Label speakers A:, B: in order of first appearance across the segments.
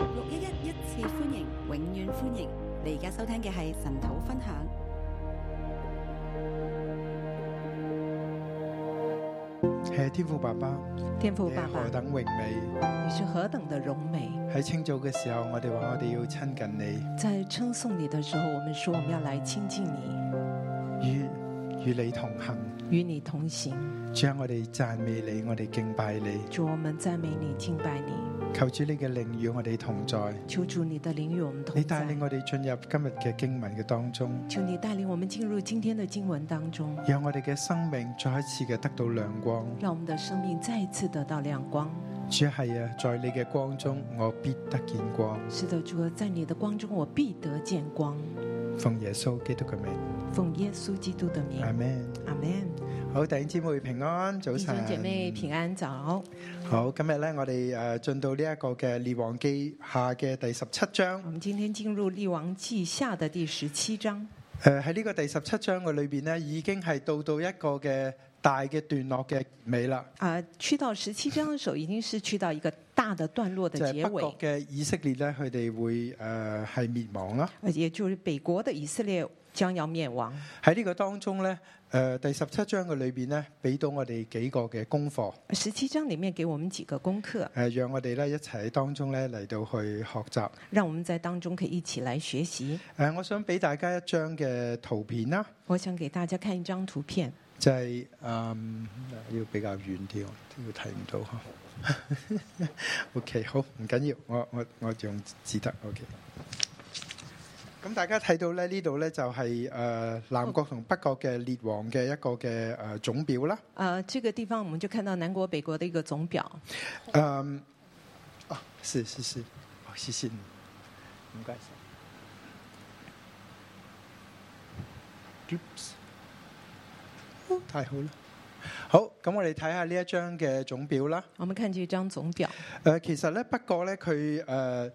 A: 六一一一次歡迎，永遠歡迎！你而家收聽嘅係神土分享。
B: 係天父爸爸，
C: 天父
B: 你
C: 爸
B: 係
C: 爸
B: 何，等榮美！
C: 你是何等的榮美！
B: 喺清早嘅時候，我哋話我哋要親近你，
C: 在称颂你的时候，我们说我们要来亲近你，
B: 與與你同行。
C: 与你同行。
B: 主啊，我哋讚美你，我哋敬拜你。
C: 主，我们赞美你，敬拜你。
B: 求主你嘅靈與我哋同在，
C: 求主你的灵与我们同
B: 你帶
C: 在。
B: 領我哋進入今日嘅經文嘅當中，
C: 求你带领我们进入今天的经文当中，
B: 讓我哋嘅生命再一次嘅得到亮光。
C: 让我们的生命再一次得到亮光。
B: 主係啊，在你嘅光中，我必得見光。
C: 是的，主，啊在你的光中，我必得见光。
B: 奉耶穌基督嘅名，
C: 奉耶稣基督的名，
B: 阿門。
C: 阿门。
B: 好，弟兄姊妹平安，早
C: 弟兄
B: 晨。
C: 姐妹平安早。
B: 好，今日咧，我哋诶进到呢一個嘅列王記下嘅第十七章
C: 我。们今天进入列王记下的第十七章。
B: 诶呃喺呢個第十七章嘅裏边咧，已經係到到一個嘅大嘅段落嘅尾啦，
C: 啊，去到十七章的时候，已经是去到一个大的段落
B: 就
C: 的
B: 係
C: 结
B: 北
C: 尾，
B: 國嘅以色列咧，佢哋會诶系灭亡啦。
C: 呃也就是北国的以色列将要灭亡。
B: 喺呢個當中咧，诶、第十七章嘅裏边咧，俾到我哋幾個嘅功課，
C: 十七章里面给我们几个功课，
B: 诶、讓我哋咧一齊喺當中咧嚟到去學習。
C: 让我们在当中可以一起来学习。
B: 诶、我想俾大家一張嘅圖片啦，
C: 我想给大家看一张图片，
B: 就係嗯要比較遠啲，我要睇唔到呵 OK，好，唔緊要，我我我用字得 OK。咁大家睇到咧呢度咧就係、呃南國同北國嘅列王嘅一個嘅誒、呃、總表啦。
C: 呃，这个地方我们就看到南国北国的一个总表。
B: 嗯，啊，是是是，好，謝謝你，唔該晒。Oops，哦太好啦！好，咁我哋睇下呢一張嘅總表啦。
C: 我們看这张总表，
B: 誒、其實咧，不過咧，佢誒、呃、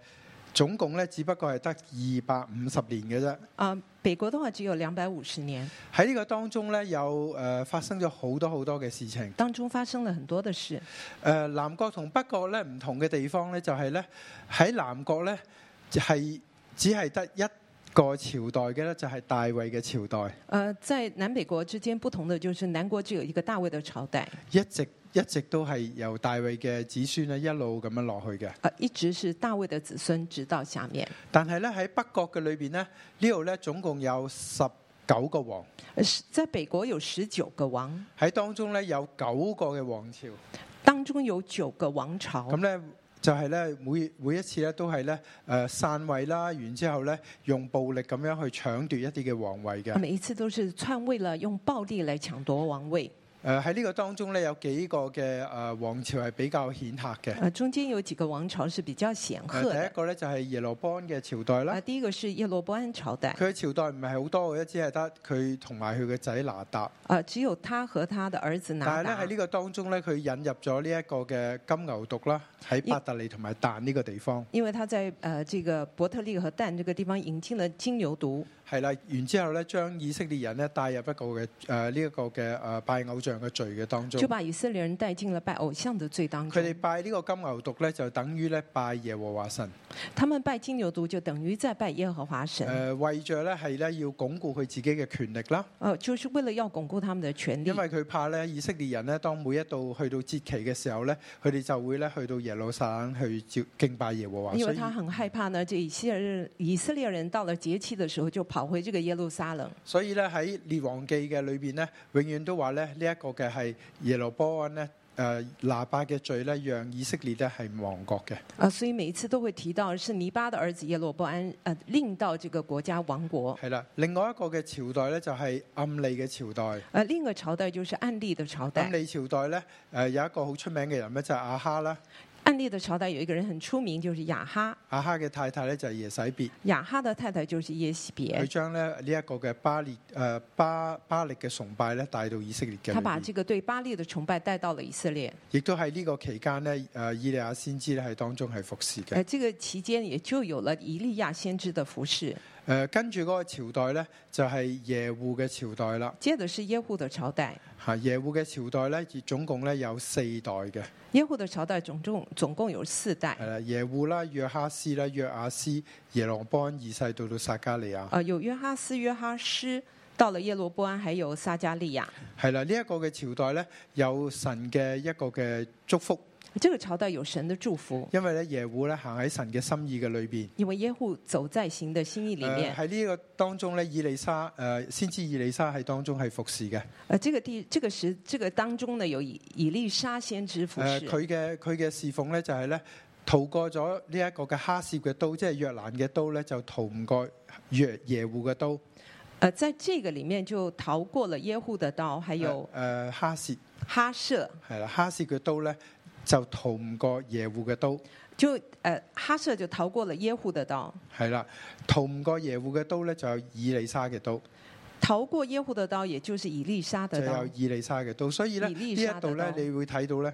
B: 總共咧，只不過係得二百五十年嘅啫。
C: 啊、北国的话只有两百五十年，
B: 喺呢個當中咧，有誒、呃、發生咗好多好多嘅事情。誒、
C: 当中发生了很多的事。
B: 呃南國同北國咧唔同嘅地方咧，就係咧喺南國咧係只係得一個朝代嘅咧，就係、大衛嘅朝代，
C: 呃，在南北国之间不同的就是南国只有一个大卫的朝代，
B: 一直一直都係由大衛嘅子孫咧一路咁樣落去嘅。
C: 呃，一直是大卫的子孙，直到下面。
B: 但係咧喺北國嘅裏邊咧，呢度咧總共有十九個王，
C: 呃，是在北国有十九个王，
B: 喺當中咧有九個嘅王朝。
C: 当中有九个王朝
B: 咁。咧就係咧每每一次咧都係咧誒散位啦，然之後咧用暴力咁樣去搶奪一啲嘅皇位嘅。
C: 每一次都是篡位了，用暴力来抢夺王位。
B: 誒呃喺呢個當中咧有幾個嘅誒王朝係比較顯赫嘅。
C: 呃，中间有几个王朝是比较显
B: 誒
C: 赫
B: 第一
C: 的。
B: 個咧就係耶羅波安嘅朝代
C: 啊，
B: 啦。
C: 第一个是耶罗波安朝代，
B: 佢嘅朝代唔係好多嘅，只係得佢同埋佢嘅仔拿達。
C: 呃，只有他和他的儿子拿
B: 但係咧喺
C: 达
B: 呢。個當中咧，佢引入咗呢一個嘅金牛犢啦，喺伯特利同埋但呢個地方
C: 因为他在呃这个伯特利和但这个地方引进了金牛犊，
B: 係啦。然之後咧，將以色列人咧帶入一個嘅誒呢一個嘅誒拜偶像嘅罪嘅當中
C: 就。把以色列人带进了拜偶像的罪当
B: 佢哋
C: 中。
B: 拜呢個金牛犢咧，就等於咧拜耶和華神。
C: 他们拜金牛犊就等于在拜耶和华
B: 誒、
C: 神，
B: 呃為咗咧係咧要鞏固佢自己嘅權力啦，
C: 呃，就是为了要巩固他们的权利
B: 因。為佢怕咧以色列人咧，當每一度去到節期嘅時候咧，佢哋就會咧去到耶路撒冷去照敬拜耶和華。
C: 因
B: 所
C: 为
B: 以
C: 他很害怕呢，这以色列人以色列人到了节气的时候就跑回这个耶路撒冷。
B: 所以咧喺列王記嘅裏邊咧，永遠都話咧呢一個嘅係耶羅波安咧。誒拿巴嘅罪咧，讓以色列咧係亡國嘅。
C: 啊，所以每一次都会提到是尼巴的儿子耶罗波安，呃，令到这个国家亡国。
B: 係啦，另外一個嘅朝代咧就係暗利嘅朝代。
C: 呃，另一个朝代就是暗利的朝代
B: 暗。利朝代咧，誒有一個好出名嘅人咧就係阿哈啦。
C: 暗利的朝代有一个人很出名，就是雅哈。
B: 阿哈嘅太太咧就係耶洗別，
C: 雅哈的太太就是耶喜
B: 佢
C: 别，
B: 將咧呢一個嘅巴列誒、呃巴巴力嘅崇拜咧帶到以色列嘅
C: 他
B: 裏
C: 把
B: 面，
C: 这个对巴利的崇拜带到了以色列。
B: 亦都喺呢個期間咧誒以利亞先知咧喺當中係服侍嘅。誒、
C: 呃，这个期间也就有了以利亚先知的服饰。
B: 呃跟住嗰個朝代咧就係、耶戶嘅朝代啦，
C: 接着是耶户的朝代，
B: 嚇耶戶嘅朝代咧總共咧有四代嘅，
C: 耶户的朝代总共总共有四代
B: 係，啦，耶户啦、約哈斯啦、約亞斯、耶羅波安二世到到撒加利亞，
C: 呃，有约哈斯、约哈施，到了耶罗波安，还有撒加利亚。
B: 係啦，呢、一個嘅朝代咧有神嘅一個嘅祝福，
C: 这个朝代有神的祝福，
B: 因為咧耶户咧行喺神嘅心意嘅裏邊。
C: 因为耶户走在行的心意里
B: 誒
C: 面。
B: 喺呢個當中咧，以利沙誒、呃先知以利沙喺當中係服侍嘅。
C: 呃，这个地这个时这个当中呢，有以以利沙先知服
B: 誒
C: 侍，
B: 呃佢嘅佢嘅侍奉咧就係咧逃過咗呢一個嘅哈涉嘅刀，即係約蘭嘅刀咧，就逃唔過約耶户嘅刀。
C: 呃，在这个里面就逃过了耶户的刀，还有
B: 誒、呃哈涉
C: 哈舍，
B: 係啦，哈涉嘅刀咧就逃唔過耶户嘅刀，
C: 就呃哈舍就逃过了耶户的刀，
B: 係啦，逃唔過耶户嘅刀咧就有以利沙嘅刀，
C: 逃过耶户的刀，也就是以利沙
B: 就
C: 的刀
B: 有。以利沙嘅刀。所以咧
C: 以
B: 呢
C: 利
B: 一
C: 沙嘅刀
B: 度咧，你會睇到咧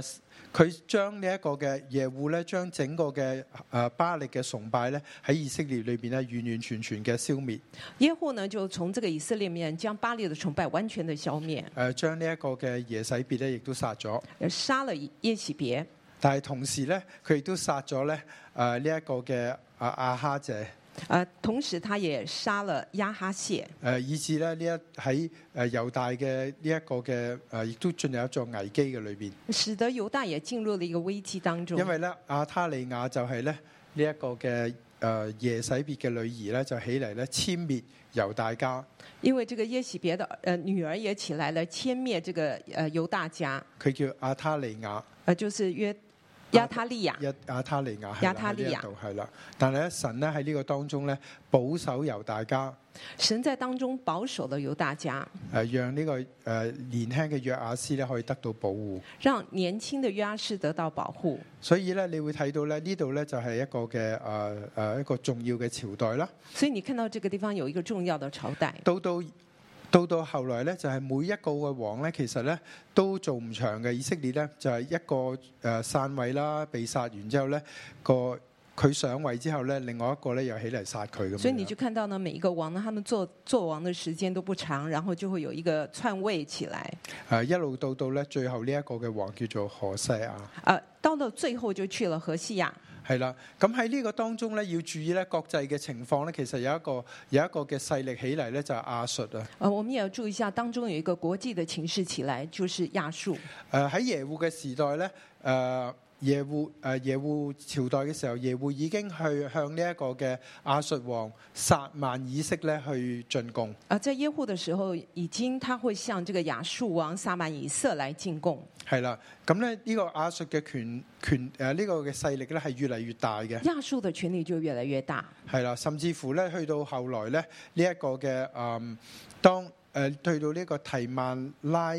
B: 誒。佢將呢一個嘅耶户咧，將整個嘅誒巴力嘅崇拜咧，喺以色列裏邊咧，完完全全嘅消滅。
C: 耶户呢，就从这个以色列面将巴利的崇拜完全的消灭，
B: 誒將呃呢一個嘅耶洗別咧，亦都殺咗。
C: 呃杀了耶喜别，
B: 但係同時咧，佢亦都殺咗咧呃誒呢一個嘅阿阿哈謝，
C: 呃，同时他也杀了亚哈谢，
B: 誒呃以至咧呢一喺誒猶大嘅呢一個嘅呃誒，亦都進入一座危機嘅裏邊，
C: 使得猶大也進入了一个危机当中
B: 因。為咧亞他利亞就係咧呢一個嘅誒耶洗別嘅女兒咧，就起嚟咧殲滅猶大家。
C: 因为这个耶喜别的呃女儿也起来了，歼灭这个呃犹大家，
B: 佢叫亞他利亞，
C: 呃就是约亚他利亚，
B: 一亞他利亞係啦
C: 亞他利
B: 喺呢
C: 亞
B: 一度係啦。但係咧神咧喺呢個當中咧保守猶大家。
C: 神在当中保守了犹大家，
B: 誒讓呢、個誒、呃年輕嘅約亞斯咧可以得到保護，
C: 让年轻的约阿施得到保护。
B: 所以咧你會睇到咧呢度咧就係一個嘅誒誒一個重要嘅朝代啦。
C: 所以你看到这个地方有一个重要的朝代，
B: 到到到到後來咧，就係、每一個嘅王咧，其實咧都做唔長嘅。以色列咧就係、一個誒、呃散位啦，被殺完之後咧個佢上位之後咧，另外一個咧又起嚟殺佢咁樣。
C: 所以你就看到呢每一个王呢，他们做做王的时间都不长，然后就会有一个篡位起来，
B: 呃一路到到咧最後呢一個嘅王叫做何西亞。
C: 呃，到了最后就去了何西亚。
B: 係啦，咁喺呢個當中咧，要注意咧國際嘅情況咧，其實有一個有一個嘅勢力起嚟咧，就係亞述啊。
C: 呃，我们也要注意一下，当中有一个国际的情势起来，就是亚述。
B: 誒呃喺耶户嘅時代咧，誒、耶户誒、呃耶户朝代嘅時候，耶户已經去向呢一個嘅亞述王撒曼以色咧去進貢。
C: 啊，在耶户的时候，已经他会向这个亚述王撒曼以色来进贡。
B: 係啦，咁咧呢個亞述嘅權權誒呢、個嘅勢力咧係越嚟越大嘅，
C: 亚述的权力就越来越大。
B: 係啦，甚至乎咧去到後來咧呢一、個嘅誒、嗯、當誒、呃去到呢個提曼拉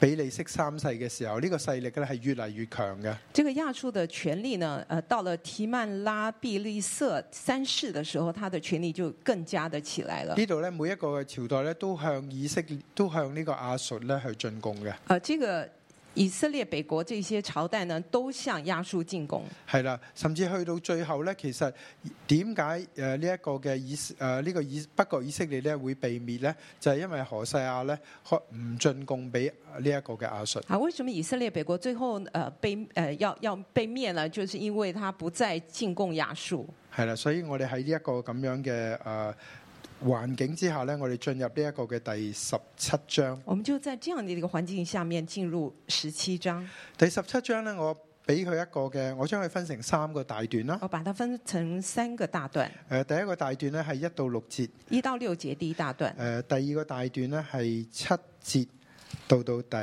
B: 比利色三世嘅時候，呢、個勢力咧係越嚟越強嘅。
C: 这个亚述的权力呢，呃，到了提曼拉庇利色三世的时候，他的权力就更加的起来了。
B: 呢度咧每一個嘅朝代咧都向以色列都向呢個亞述咧去進貢嘅，
C: 呃，这个以色列北国这些朝代呢，都向亚述进攻。
B: 係啦，甚至去到最後咧，其實點解誒呢一個嘅以呃誒呢、個以北國以色列咧會被滅咧，就係、因為何西亞咧開唔進貢俾呃呢一個嘅亞述。
C: 啊，为什么以色列北国最后呃被呃要要被灭了？就是因为他不再进贡亚述。
B: 係啦，所以我哋喺呢一個咁樣嘅誒環境之下咧，我哋進入呢一個嘅第十七章。
C: 我们就在这样的一个环境下面进入十七章。
B: 第十七章咧，我俾佢一個嘅，我將佢分成三個大段啦。
C: 我呃把它分成三个大段，
B: 誒、第一個大段咧係一到六節，誒、
C: 一到六节第一大段，
B: 第二個大段咧係七節到到第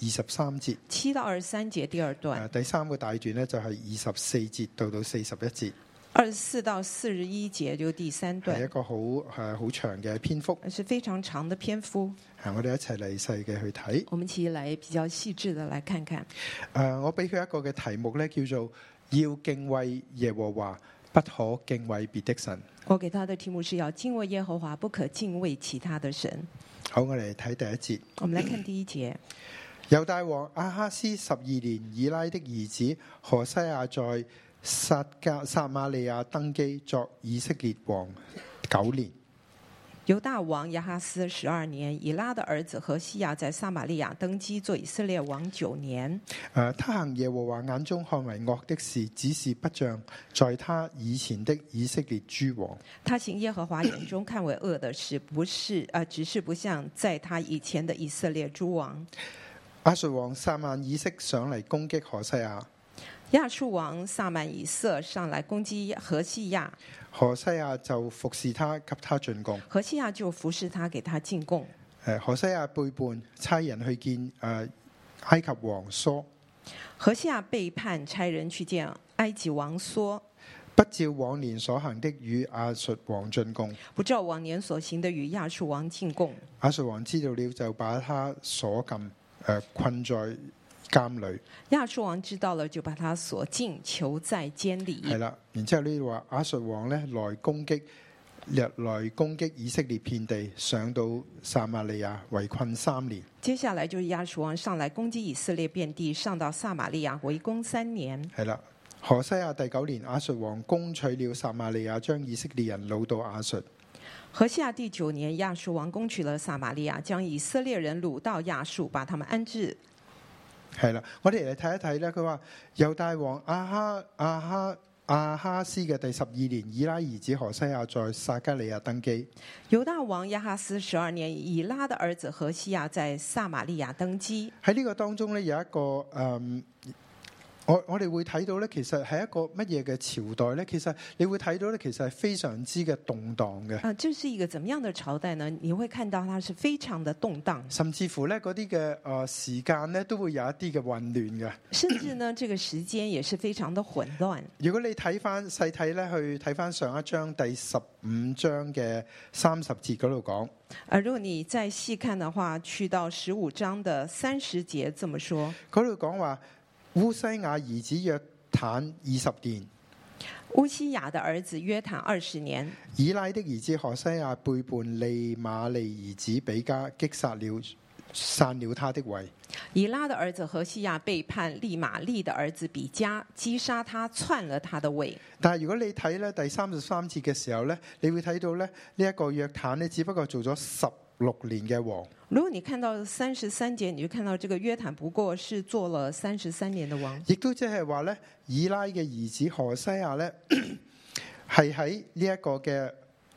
B: 二十三節，誒、啊
C: 七到二十三节第二段，
B: 第三個大段咧就係二十四節到到四十一節，
C: 二十四到四十一节就第三
B: 係一
C: 段，
B: 個好誒好長嘅篇幅。
C: 是非常長的篇幅。
B: 係我哋一齊嚟細嘅去睇。
C: 我们一起来比较细致的来看看。
B: 誒、呃我俾佢一個嘅題目咧，叫做要敬畏耶和華，不可敬畏別的神。
C: 我给他的题目是要敬畏耶和华，不可敬畏其他的神。
B: 好，我哋睇第一節。
C: 我们来看第一节，
B: 猶大王阿哈斯十二年，以拉的兒子何西亞在撒加撒瑪利亞登基作以色列王九年。
C: 犹大王亚哈斯十二年，以拉的儿子何西亚在撒玛利亚登基做以色列王九年。
B: 誒，呃他行耶和華眼中看為惡的事，只是不像在他以前的以色列諸王。
C: 他行耶和华眼中看为恶的事，不是呃，只是不像在他以前的以色列诸王。
B: 亞述王撒曼以色上嚟攻擊何西亞，
C: 亚述王萨满以色上来攻击何西亚，
B: 何西亞就服侍他，給他進貢。
C: 何西亚就服侍他，给他进贡。
B: 誒，呃何西亞背叛，差人去見誒、埃及王梭，
C: 何西亚背叛，差人去见埃及王梭，
B: 不照往年所行的與亞述王進貢。
C: 不照往年所行的与亚述王进贡。
B: 亞述王知道了，就把他鎖禁，誒、困在監裏。
C: 亚述王知道了，就把他锁进囚在监
B: 系
C: 里。
B: 啦，然之后呢度话亞述王咧來攻擊，日來攻擊以色列遍地，上到撒瑪利亞圍困三年。
C: 接下来就是亚述王上来攻击以色列遍地，上到撒玛利亚围攻三年。
B: 係啦，何西亞第九年，亞述王攻取了撒瑪利亞，將以色列人掳到亞述。
C: 何西亚第九年，亚述王攻取了撒玛利亚，将以色列人掳到亚述，把他们安置。
B: 係啦，我哋嚟睇一睇咧，佢話猶大王亞哈亞哈亞哈斯嘅第十二年，以拉兒子何西亞在撒加利亞登基。
C: 犹大王亚哈斯十二年，以拉的儿子何西亚在撒玛利亚登基。
B: 喺呢個當中咧有一個誒、嗯我我哋會睇到咧，其實係一個乜嘢嘅朝代咧？其實你會睇到咧，其實係非常之嘅動盪嘅，
C: 啊、这是一个怎么样的朝代呢？你会看到它是非常的动荡，
B: 甚至乎咧嗰啲嘅誒時間咧都會有一啲嘅混亂嘅。
C: 甚至呢，这个时间也是非常的混乱。
B: 如果你睇翻細睇咧，去睇翻上一章第十五章嘅三十節嗰度講，
C: 而如果你再细看的话，去到十五章的三十节这么说：
B: 嗰度講話烏西亞兒子約坦二十年，
C: 乌西雅的儿子约坦二十年，
B: 以拉的兒子何西亞背叛利瑪利兒子比加，擊殺了散了他的位。
C: 以拉的儿子何西亚背叛利玛利的儿子比加，击杀他，篡了他的位。
B: 但係如果你睇咧第三十三節嘅時候咧，你會睇到咧呢一個約坦咧，只不過做咗十六年嘅王。
C: 如果你看到三十三节，你就看到这个约坦不过是做了三十三年的王。
B: 亦都即係話咧，以拉嘅兒子何西亞咧， 係喺呢一個嘅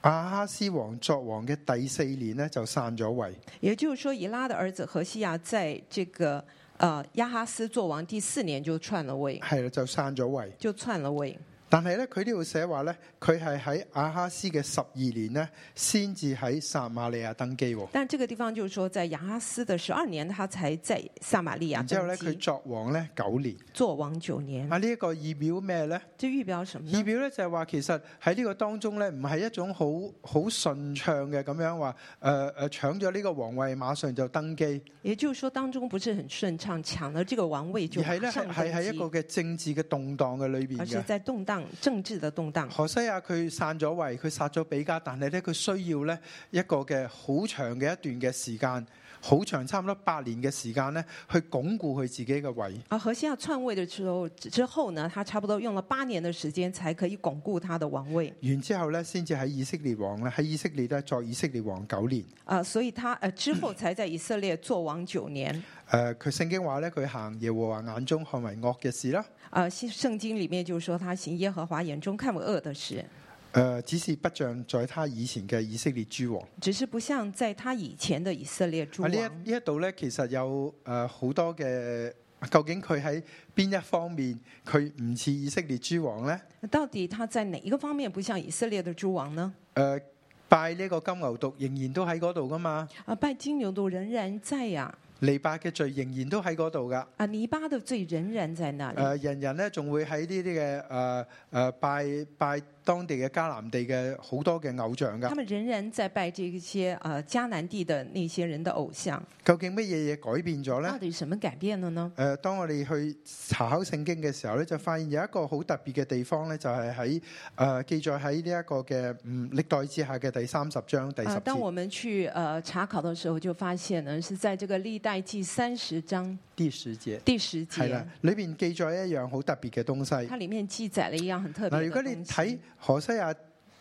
B: 亞哈斯王作王嘅第四年咧就散咗位。
C: 也就是说，以拉的儿子何西亚在这个呃亚哈斯做王第四年就篡了位，
B: 係啦，就散咗位。
C: 就篡了位。
B: 但係咧，佢呢度寫話咧，佢係喺亞哈斯嘅十二年咧，先至喺撒瑪利亞登基喎。
C: 但这个地方就是说，在亚哈斯的十二年，他才在撒玛利亚
B: 然之
C: 登
B: 後咧，佢
C: 基，
B: 作王咧九年。
C: 做王九年。
B: 啊，呢、一個意表咩咧？
C: 这预表什么
B: 意
C: 呢？
B: 表咧就係話，其實喺呢個當中咧，唔係一種好好順暢嘅咁樣話，誒誒搶咗呢個皇位，馬上就登基，
C: 也就是说，当中不是很顺畅，抢了这个王位
B: 而
C: 就
B: 係
C: 马
B: 咧
C: 上
B: 係係喺一個
C: 登基，
B: 嘅政治嘅動盪嘅裏邊
C: 而是
B: 嘅。
C: 在动荡政治的动荡。
B: 何西亞啊佢散咗位，佢殺咗比加，但係咧佢需要咧一個嘅好長嘅一段嘅時間，好長差唔多八年嘅時間咧，去鞏固佢自己嘅位。
C: 而啊何西亚篡位的时候之后呢，他差不多用了八年的时间才可以巩固他的王位。
B: 然之後咧，先至喺以色列王咧，喺以色列咧作以色列王九年。
C: 啊、所以他呃之后才在以色列做王九年。
B: 誒呃佢聖經話咧，佢行耶和華眼中看為惡嘅事啦。
C: 啊，聖圣经里面就说他行耶和华眼中看为恶的事，
B: 诶、呃只是不像在他以前嘅以色列諸王。
C: 只是不像在他以前的以色列诸
B: 啊，
C: 王
B: 呢。一呢一度咧，其實有诶好、多嘅，究竟佢喺邊一方面佢唔似以色列諸王咧？
C: 到底他在哪一个方面不像以色列的诸王呢？
B: 诶、呃拜呢個金牛犢仍然都喺嗰度噶嘛，
C: 啊，拜金牛犊仍然在呀、
B: 尼伯嘅罪仍然都喺嗰度噶。
C: 啊，尼巴的罪仍然在那
B: 诶、
C: 里。
B: 人人咧仲會喺呢啲嘅诶诶拜拜當地嘅迦南地嘅好多嘅偶像噶
C: 他。们仍然在拜这些呃迦南地的那些人的偶像，
B: 究竟乜嘢嘢改變咗咧
C: 到？底什么改变了呢？
B: 誒、當我哋去查考聖經嘅時候咧，就發現有一個好特別嘅地方咧，就係喺誒記載喺呢一個嘅嗯歷代之下嘅第三十章第十
C: 啊，当
B: 節。
C: 我们去呃查考的时候，就发现呢是在这个历代记三十章
B: 第十節
C: 第十
B: 係啦
C: 节，，
B: 裏邊記載一樣好特別嘅東西。
C: 它里面记载了一样很特别
B: 嗱，
C: 的
B: 如果你
C: 东西
B: 睇。何西亞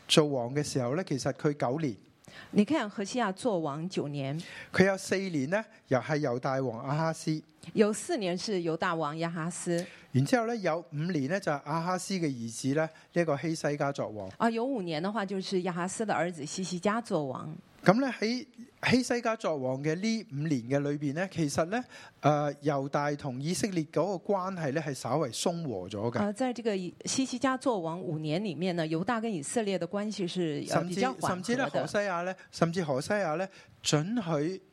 B: 做王嘅時候咧，其實佢九年，
C: 你看何西亚做王九年，
B: 佢有四年呢，又係猶大王阿哈斯，
C: 有四年是犹大王亚哈斯，
B: 然之後咧有五年呢，就係阿哈斯嘅兒子咧呢一個希西家作王。
C: 啊，有五年的话就是亚哈斯的儿子西西家做王。
B: 咁咧喺希西家作王嘅呢五年嘅裏邊呢，其實呢，誒、猶大同以色列嗰個關係咧係稍為鬆和咗嘅，
C: 呃，在这个以西西家做王五年里面呢，犹大跟以色列的关系是呃
B: 甚
C: 比
B: 至
C: 较缓
B: 甚至
C: 和
B: 咧何
C: 的。
B: 西亞呢，甚至何西亞呢，准許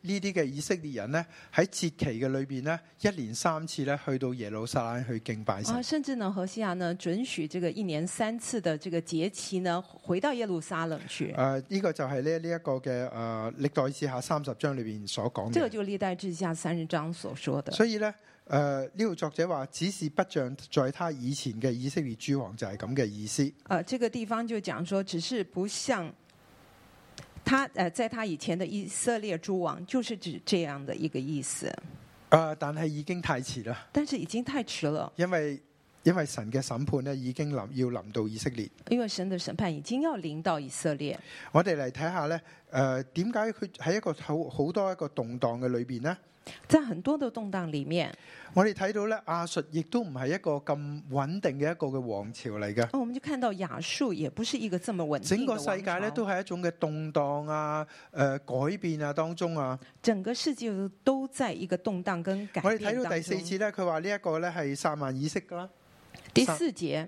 B: 呢啲嘅以色列人呢，喺節期嘅裏邊呢，一連三次咧去到耶路撒冷去敬拜神
C: 啊，。甚至呢，何西亚呢准许这个一年三次的这个节期呢，回到耶路撒冷去
B: 呃誒呢、。個就係咧呢一個嘅誒歷代志下三十章裏邊所講
C: 这个
B: 嘅。
C: 就历代志下三十章所说的。
B: 所以咧誒呢度作者話，只是不像在他以前嘅以色列諸王就係咁嘅意思。
C: 呃，这个地方就讲说，只是不像他呃，在他以前的以色列诸王，就是指这样的一个意思。
B: 啊、但係已經太遲啦，
C: 但是已经太迟了，
B: 因為因為神嘅審判咧已經臨要臨到以色列。
C: 因为神的审判已经要临到以色列。
B: 我哋嚟睇下咧，誒點解佢喺一個好好多一個動盪嘅裏邊呢？
C: 在很多的动荡里面，
B: 我哋睇到咧，亞述亦都唔係一個咁穩定嘅一個嘅王朝嚟嘅。
C: 哦，我们就看到亚述也不是一个这么稳
B: 整
C: 定的
B: 個
C: 王
B: 世界
C: 朝
B: 咧都係一種嘅動盪啊、誒、改變啊當中啊。
C: 整个世界都在一个动荡跟改
B: 我哋
C: 变当
B: 睇
C: 中。
B: 到第四節咧，佢話呢一個咧係撒曼以色噶啦，
C: 第四节，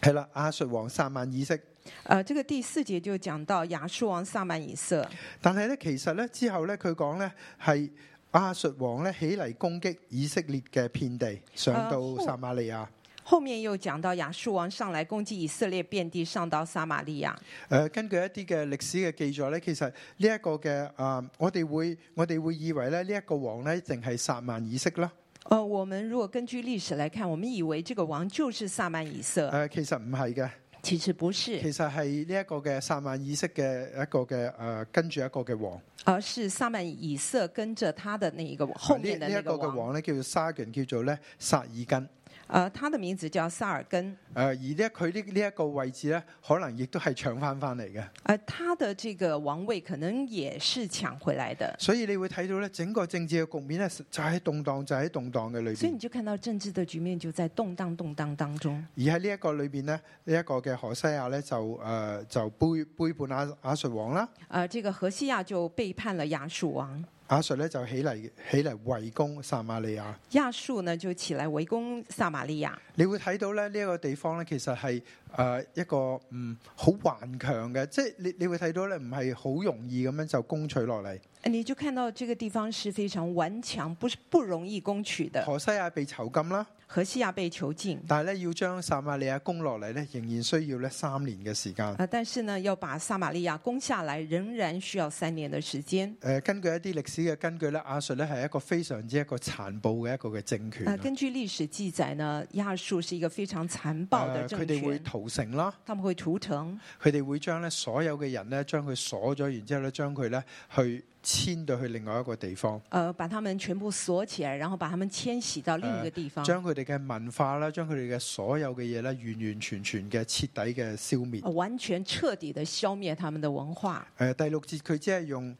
B: 係啦，亞述王撒曼以色。
C: 呃，这个第四节就讲到亚述王撒曼以色，
B: 但係咧，其實咧之後咧，佢講咧係亞述王咧起嚟攻擊以色列嘅遍地，上到
C: 啊
B: 撒瑪利亞。
C: 后面又讲到亚述王上来攻击以色列遍地，上到撒玛利亚。
B: 誒、呃根據一啲嘅歷史嘅記載咧，其實呢一個嘅啊、我哋會我哋會以為咧呢一個王咧，淨係撒曼以色啦。
C: 呃，我们如果根据历史来看，我们以为这个王就是撒曼以
B: 誒、
C: 色，
B: 呃其實唔係嘅，
C: 其实不是，
B: 其實係呢一個嘅撒曼以色嘅一個嘅誒、呃跟住一個嘅王。啊
C: 而是撒曼以色跟着他的那一个后
B: 呢
C: 面的
B: 呢
C: 那
B: 一個
C: 个
B: 嘅
C: 王。
B: 王咧叫做沙根，叫做咧撒爾根。
C: 呃，他的名字叫撒尔根，
B: 誒、而呢一佢呢呢一個位置咧，可能亦都係搶翻翻嚟嘅。
C: 呃，他的这个王位可能也是抢回来的。
B: 所以你會睇到咧，整個政治嘅局面咧就喺動盪，就喺動盪嘅裏
C: 所以你
B: 邊。
C: 就看到政治的局面就在动荡动荡当中，
B: 而喺呢一個裏邊呢，呢、一個嘅何西亞咧就誒、呃就背背叛亞亞述王啦，
C: 呃，这个何西亚就背叛了亚述王，
B: 亞述咧就起嚟起嚟圍攻撒瑪利亞。
C: 亚述呢就起来围攻撒玛利亚，
B: 你會睇到咧呢一個地方咧，其實係誒、呃一個嗯好頑強嘅，即係你你會睇到咧唔係好容易咁樣就攻取落嚟。
C: 呃你就看到这个地方是非常顽强，不是不容易攻取的。
B: 何西亞被囚禁啦，
C: 何西亚被囚禁，
B: 但係咧要將撒瑪利亞攻落嚟咧，仍然需要咧三年嘅時間。
C: 啊，但是呢，要把撒玛利亚攻下来，仍然需要三年的时间。
B: 誒、呃根據一啲歷史嘅根據咧，亞述咧係一個非常之一個殘暴嘅一個嘅政權
C: 啊，
B: 啊。
C: 根据历史记载呢，亚述是一个非常残暴的
B: 誒
C: 政
B: 呃佢哋會
C: 权，
B: 屠城啦，
C: 他们会屠城，
B: 佢哋會將咧所有嘅人咧將佢鎖咗，然之後咧將佢咧去遷到去另外一個地方，
C: 呃，把他们全部锁起来，然后把他们迁徙到另一个地方，
B: 將佢哋嘅文化啦，將佢哋嘅所有嘅嘢咧完完全全嘅徹底嘅消滅。誒、
C: 呃完全彻底的消灭他们的文化。
B: 呃第六節佢只係用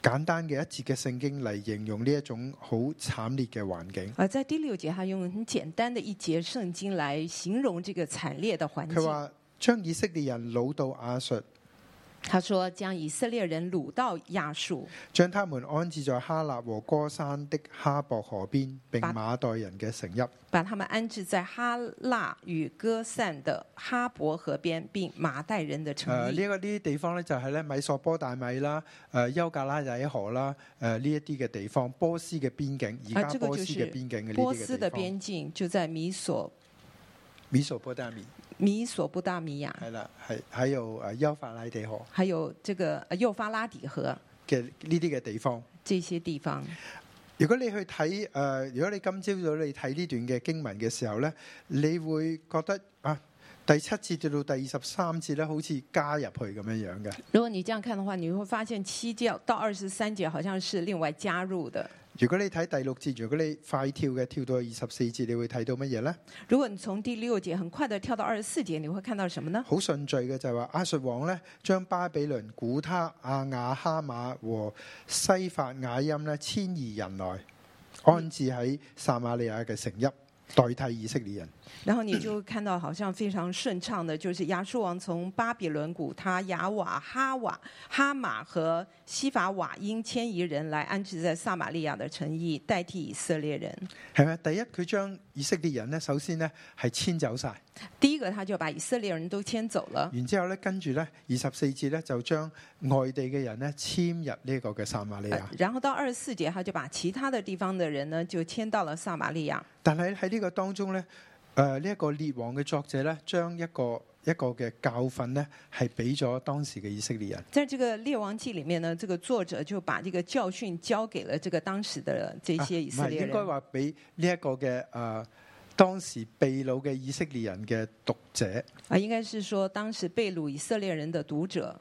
B: 簡單嘅一節嘅聖經嚟形容呢一種好慘烈嘅環境。
C: 而呃在第六节，他用很简单的一节圣经来形容这个惨烈的环
B: 佢
C: 境。
B: 話將以色列人擄到亞述。
C: 他说：“将以色列人掳到亚述，
B: 將他們安置在哈納和歌山的哈伯河邊，並
C: 把
B: 馬代人嘅城邑。
C: 把他们安置在哈腊与歌散的哈伯河边，并马代人的
B: 誒呢
C: 城
B: 一
C: 邑。
B: 個呃呢啲地方咧，就係咧米索波大米啦、誒丘格拉底河啦、誒呢一啲嘅地方，波斯嘅邊境，而
C: 啊
B: 家
C: 這個
B: 波斯
C: 就是
B: 嘅邊境嘅呢
C: 波
B: 啲
C: 斯
B: 嘅
C: 的
B: 地方。
C: 边境就在米索
B: 米索波大米
C: 米索不达米亚，
B: 係啦，係喺有誒丘法拉底河
C: 还有这个呃幼发拉底河
B: 嘅呢啲嘅地方。
C: 这些地方。
B: 如果你去睇誒、呃如果你今朝早你睇呢段嘅經文嘅時候咧，你會覺得啊，第七節至到第二十三節咧，好似加入去咁樣樣嘅。
C: 如果你这样看的话，你会发现七节到二十三节好像是另外加入的。
B: 如果你睇第六節，如果你快跳嘅跳到二十四節，你會睇到乜嘢呢？
C: 如果你从第六节很快的跳到二十四节，你会看到什 么呢？
B: 好順序嘅就係話亞述王呢將巴比倫、古他、亞雅哈馬和西法雅音呢遷移人來，安置喺撒瑪利亞嘅城邑，代替以色列人。
C: 然后你就看到好像非常顺畅的，就是亚述王从巴比伦、古他、雅瓦、哈瓦、哈马和西法瓦因迁移人来安置在撒玛利亚的城邑，代替以色列人。
B: 係咪？第一，佢將以色列人呢首先呢係遷走晒，
C: 第一个，他就把以色列人都迁走了，
B: 然之後呢跟住呢二十四節呢就將外地嘅人呢遷入呢個嘅撒瑪利亞
C: 呃。然后到二十四节，他就把其他的地方的人呢，就迁到了撒玛利亚。
B: 但係喺呢個當中呢，誒呢一個列王嘅作者呢，將一個一個嘅教訓呢，係俾咗當時嘅以色列人。
C: 在这个《列王记》里面呢，这个作者就把这个教训交给了这个当时的这
B: 啊
C: 些以
B: 唔
C: 色
B: 係
C: 列
B: 應
C: 人。
B: 該話俾呢一個嘅誒當時秘掳嘅以色列人嘅讀者。
C: 啊，应该是说当时被掳以色列人的读者，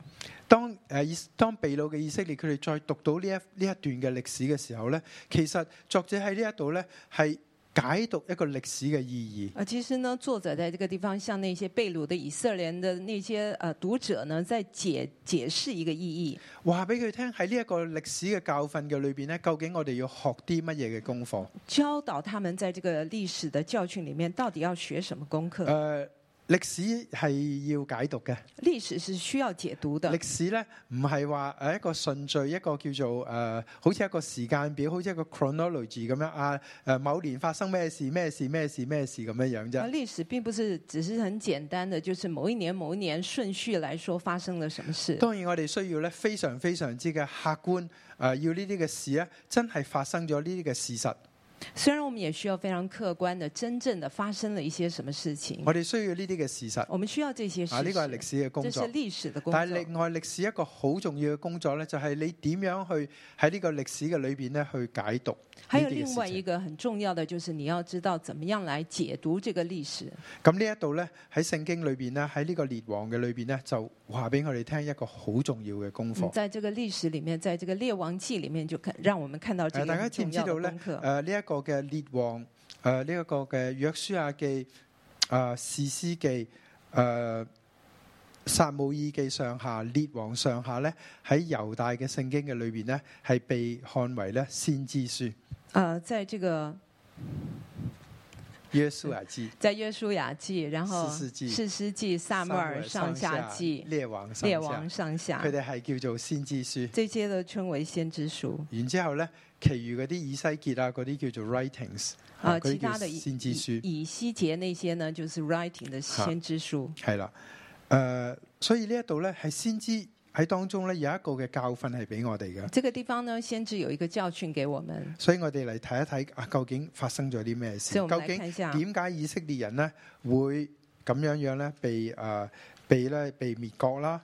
B: 當誒以當秘掳嘅以色列佢哋再讀到呢一呢一段嘅歷史嘅時候呢，其實作者喺呢一度呢，係解讀一個歷史嘅意義。
C: 啊，其实呢，作者在这个地方向那些被掳的以色列人的那些呃读者呢，在解解释一个意义，
B: 話俾佢聽喺呢一個歷史嘅教訓嘅裏邊呢，究竟我哋要學啲乜嘢嘅功課？
C: 教导他们在这个历史的教训里面到底要学什么功
B: 誒、
C: 课。
B: 呃歷史係要解讀嘅，
C: 历史是需要解读的
B: 歷，史咧唔係話誒一個順序，一個叫做誒、呃好似一個時間表，好似一個 chronology 咁樣啊誒、某年發生咩事，咩事，咩事，咩事咁樣樣
C: 而
B: 啫。
C: 啊历史并不是只是很简单的，就是某一年某一年顺序来说发生了什么事。
B: 當然我哋需要咧非常非常之嘅客觀，誒、呃要呢啲嘅事咧真係發生咗呢啲嘅事實，
C: 虽然我们也需要非常客观的，真正的发生了一些什么事情，
B: 我哋需要呢啲嘅事實
C: 我们需要这些事
B: 啊，呢個係歷
C: 实，
B: 史嘅工
C: 这是
B: 作。
C: 历史的工
B: 但係
C: 作。
B: 另外歷史一個好重要嘅工作咧，就係、你點樣去喺呢個歷史嘅裏邊咧去解讀呢
C: 还
B: 啲
C: 有
B: 嘅
C: 另
B: 事
C: 外
B: 情
C: 一个很重要的，就是你要知道怎么样来解读这个历史。
B: 咁呢一度呢，喺聖經裏边呢，喺呢個列王嘅裏边呢，就話俾我哋聽一個好重要嘅功
C: 嗯
B: 課。
C: 在这个历史里面，在这个《列王记》里面，就看让我们看到这
B: 誒，
C: 个
B: 大家
C: 很
B: 知
C: 重
B: 唔知
C: 要的
B: 道呢
C: 功？课。
B: 呃誒，呢一個嘅列王，誒呢一個嘅約書亞記，誒士師記，誒撒姆耳記上下、列王上下呢，喺猶大嘅聖經嘅裏边呢，係被看為咧先知書。
C: 呃，在这个
B: 約書亞記、
C: 在约书亚记，然后
B: 士师记
C: 士师记、撒母耳上下记、
B: 列王上
C: 列
B: 下
C: 王，上下
B: 佢，哋係叫做先知書。
C: 这些都称为先知书。
B: 然之後咧，其餘嗰啲以西結啊，嗰啲叫做 writings，
C: 啊，
B: 嗰
C: 其
B: 啲叫
C: 他的以
B: 先知書，
C: 以以西结那些呢，就是 writing 的先知书。
B: 係啦。誒、所以呢一度咧係先知喺當中咧有一個嘅教訓係俾我哋嘅，
C: 这个地方呢，先知有一个教训给我们，
B: 所以我哋嚟睇一睇啊，究竟發生咗啲咩事？
C: 所以我们来
B: 究竟
C: 看一下。
B: 點解以色列人呢會咁樣樣咧被誒、呃被咧被滅國啦？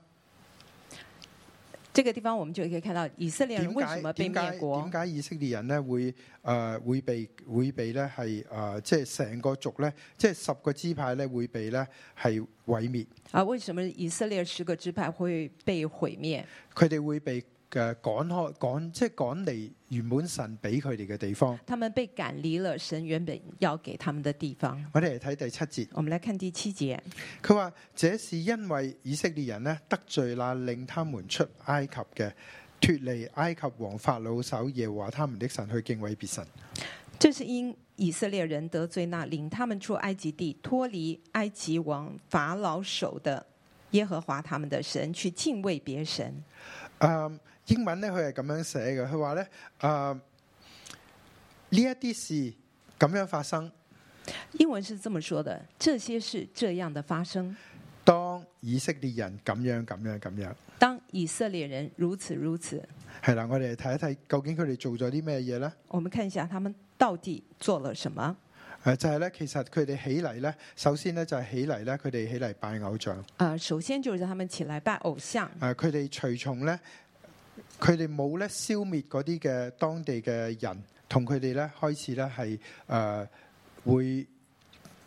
C: 这个地方我们就可以看到以色列
B: 點
C: 人为什
B: 解
C: 么被
B: 點解
C: 灭国
B: 點。解以色列人咧會誒、呃、會被會被咧係誒即係成個族咧，即係十個支派咧會被咧係毀滅？
C: 啊，为什么以色列十个支派会被毁灭？
B: 佢哋會被誒趕開趕，即係趕離原本神俾佢哋嘅地方。
C: 他们被赶离了神原本要给他们的地方。
B: 我哋嚟睇第七節，
C: 我们来看第七节，
B: 佢話：這是因為以色列人咧得罪那令他們出埃及嘅，脱離埃及王法老手耶和華他們的神去敬畏別神。
C: 这是因以色列人得罪那领他们出埃及地、脱离埃及王法老手的耶和华他们的神，去敬畏别神。
B: 誒、嗯英文咧佢係咁樣寫嘅，佢話咧誒呢嗯一啲事咁樣發生，
C: 英文是这么说的：这些是这样的发生。
B: 當以色列人咁樣咁樣咁樣。
C: 当以色列人如此如此，
B: 係啦，我哋嚟睇一睇究竟佢哋做咗啲咩嘢咧？
C: 我们看一下他们到底做了什么
B: 誒就係咧，其實佢哋起嚟咧，首先咧就係起嚟咧，佢哋起嚟拜偶像。
C: 啊、呃首先就是他们起来拜偶像，
B: 誒，佢哋隨從咧，佢哋冇咧消滅嗰啲嘅當地嘅人，同佢哋咧開始咧係誒會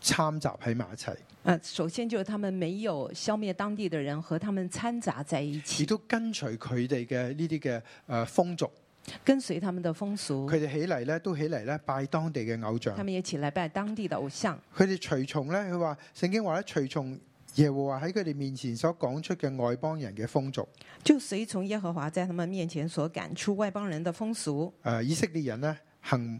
B: 參雜喺埋一齊，
C: 呃，首先就是他们没有消灭当地的人，和他们掺杂在一
B: 亦
C: 起，
B: 呃都跟隨佢哋嘅呢啲嘅誒風俗，
C: 跟随他们的风俗
B: 佢，哋起嚟咧，都起嚟咧拜當地嘅偶像
C: 他。们也起来拜当地的偶像。
B: 佢哋隨從咧，佢話聖經話咧，隨從耶和華喺佢哋面前所講出嘅外邦人嘅風俗。
C: 就随从耶和华在他们面前所赶出外邦人的风俗，
B: 诶、呃以色列人咧行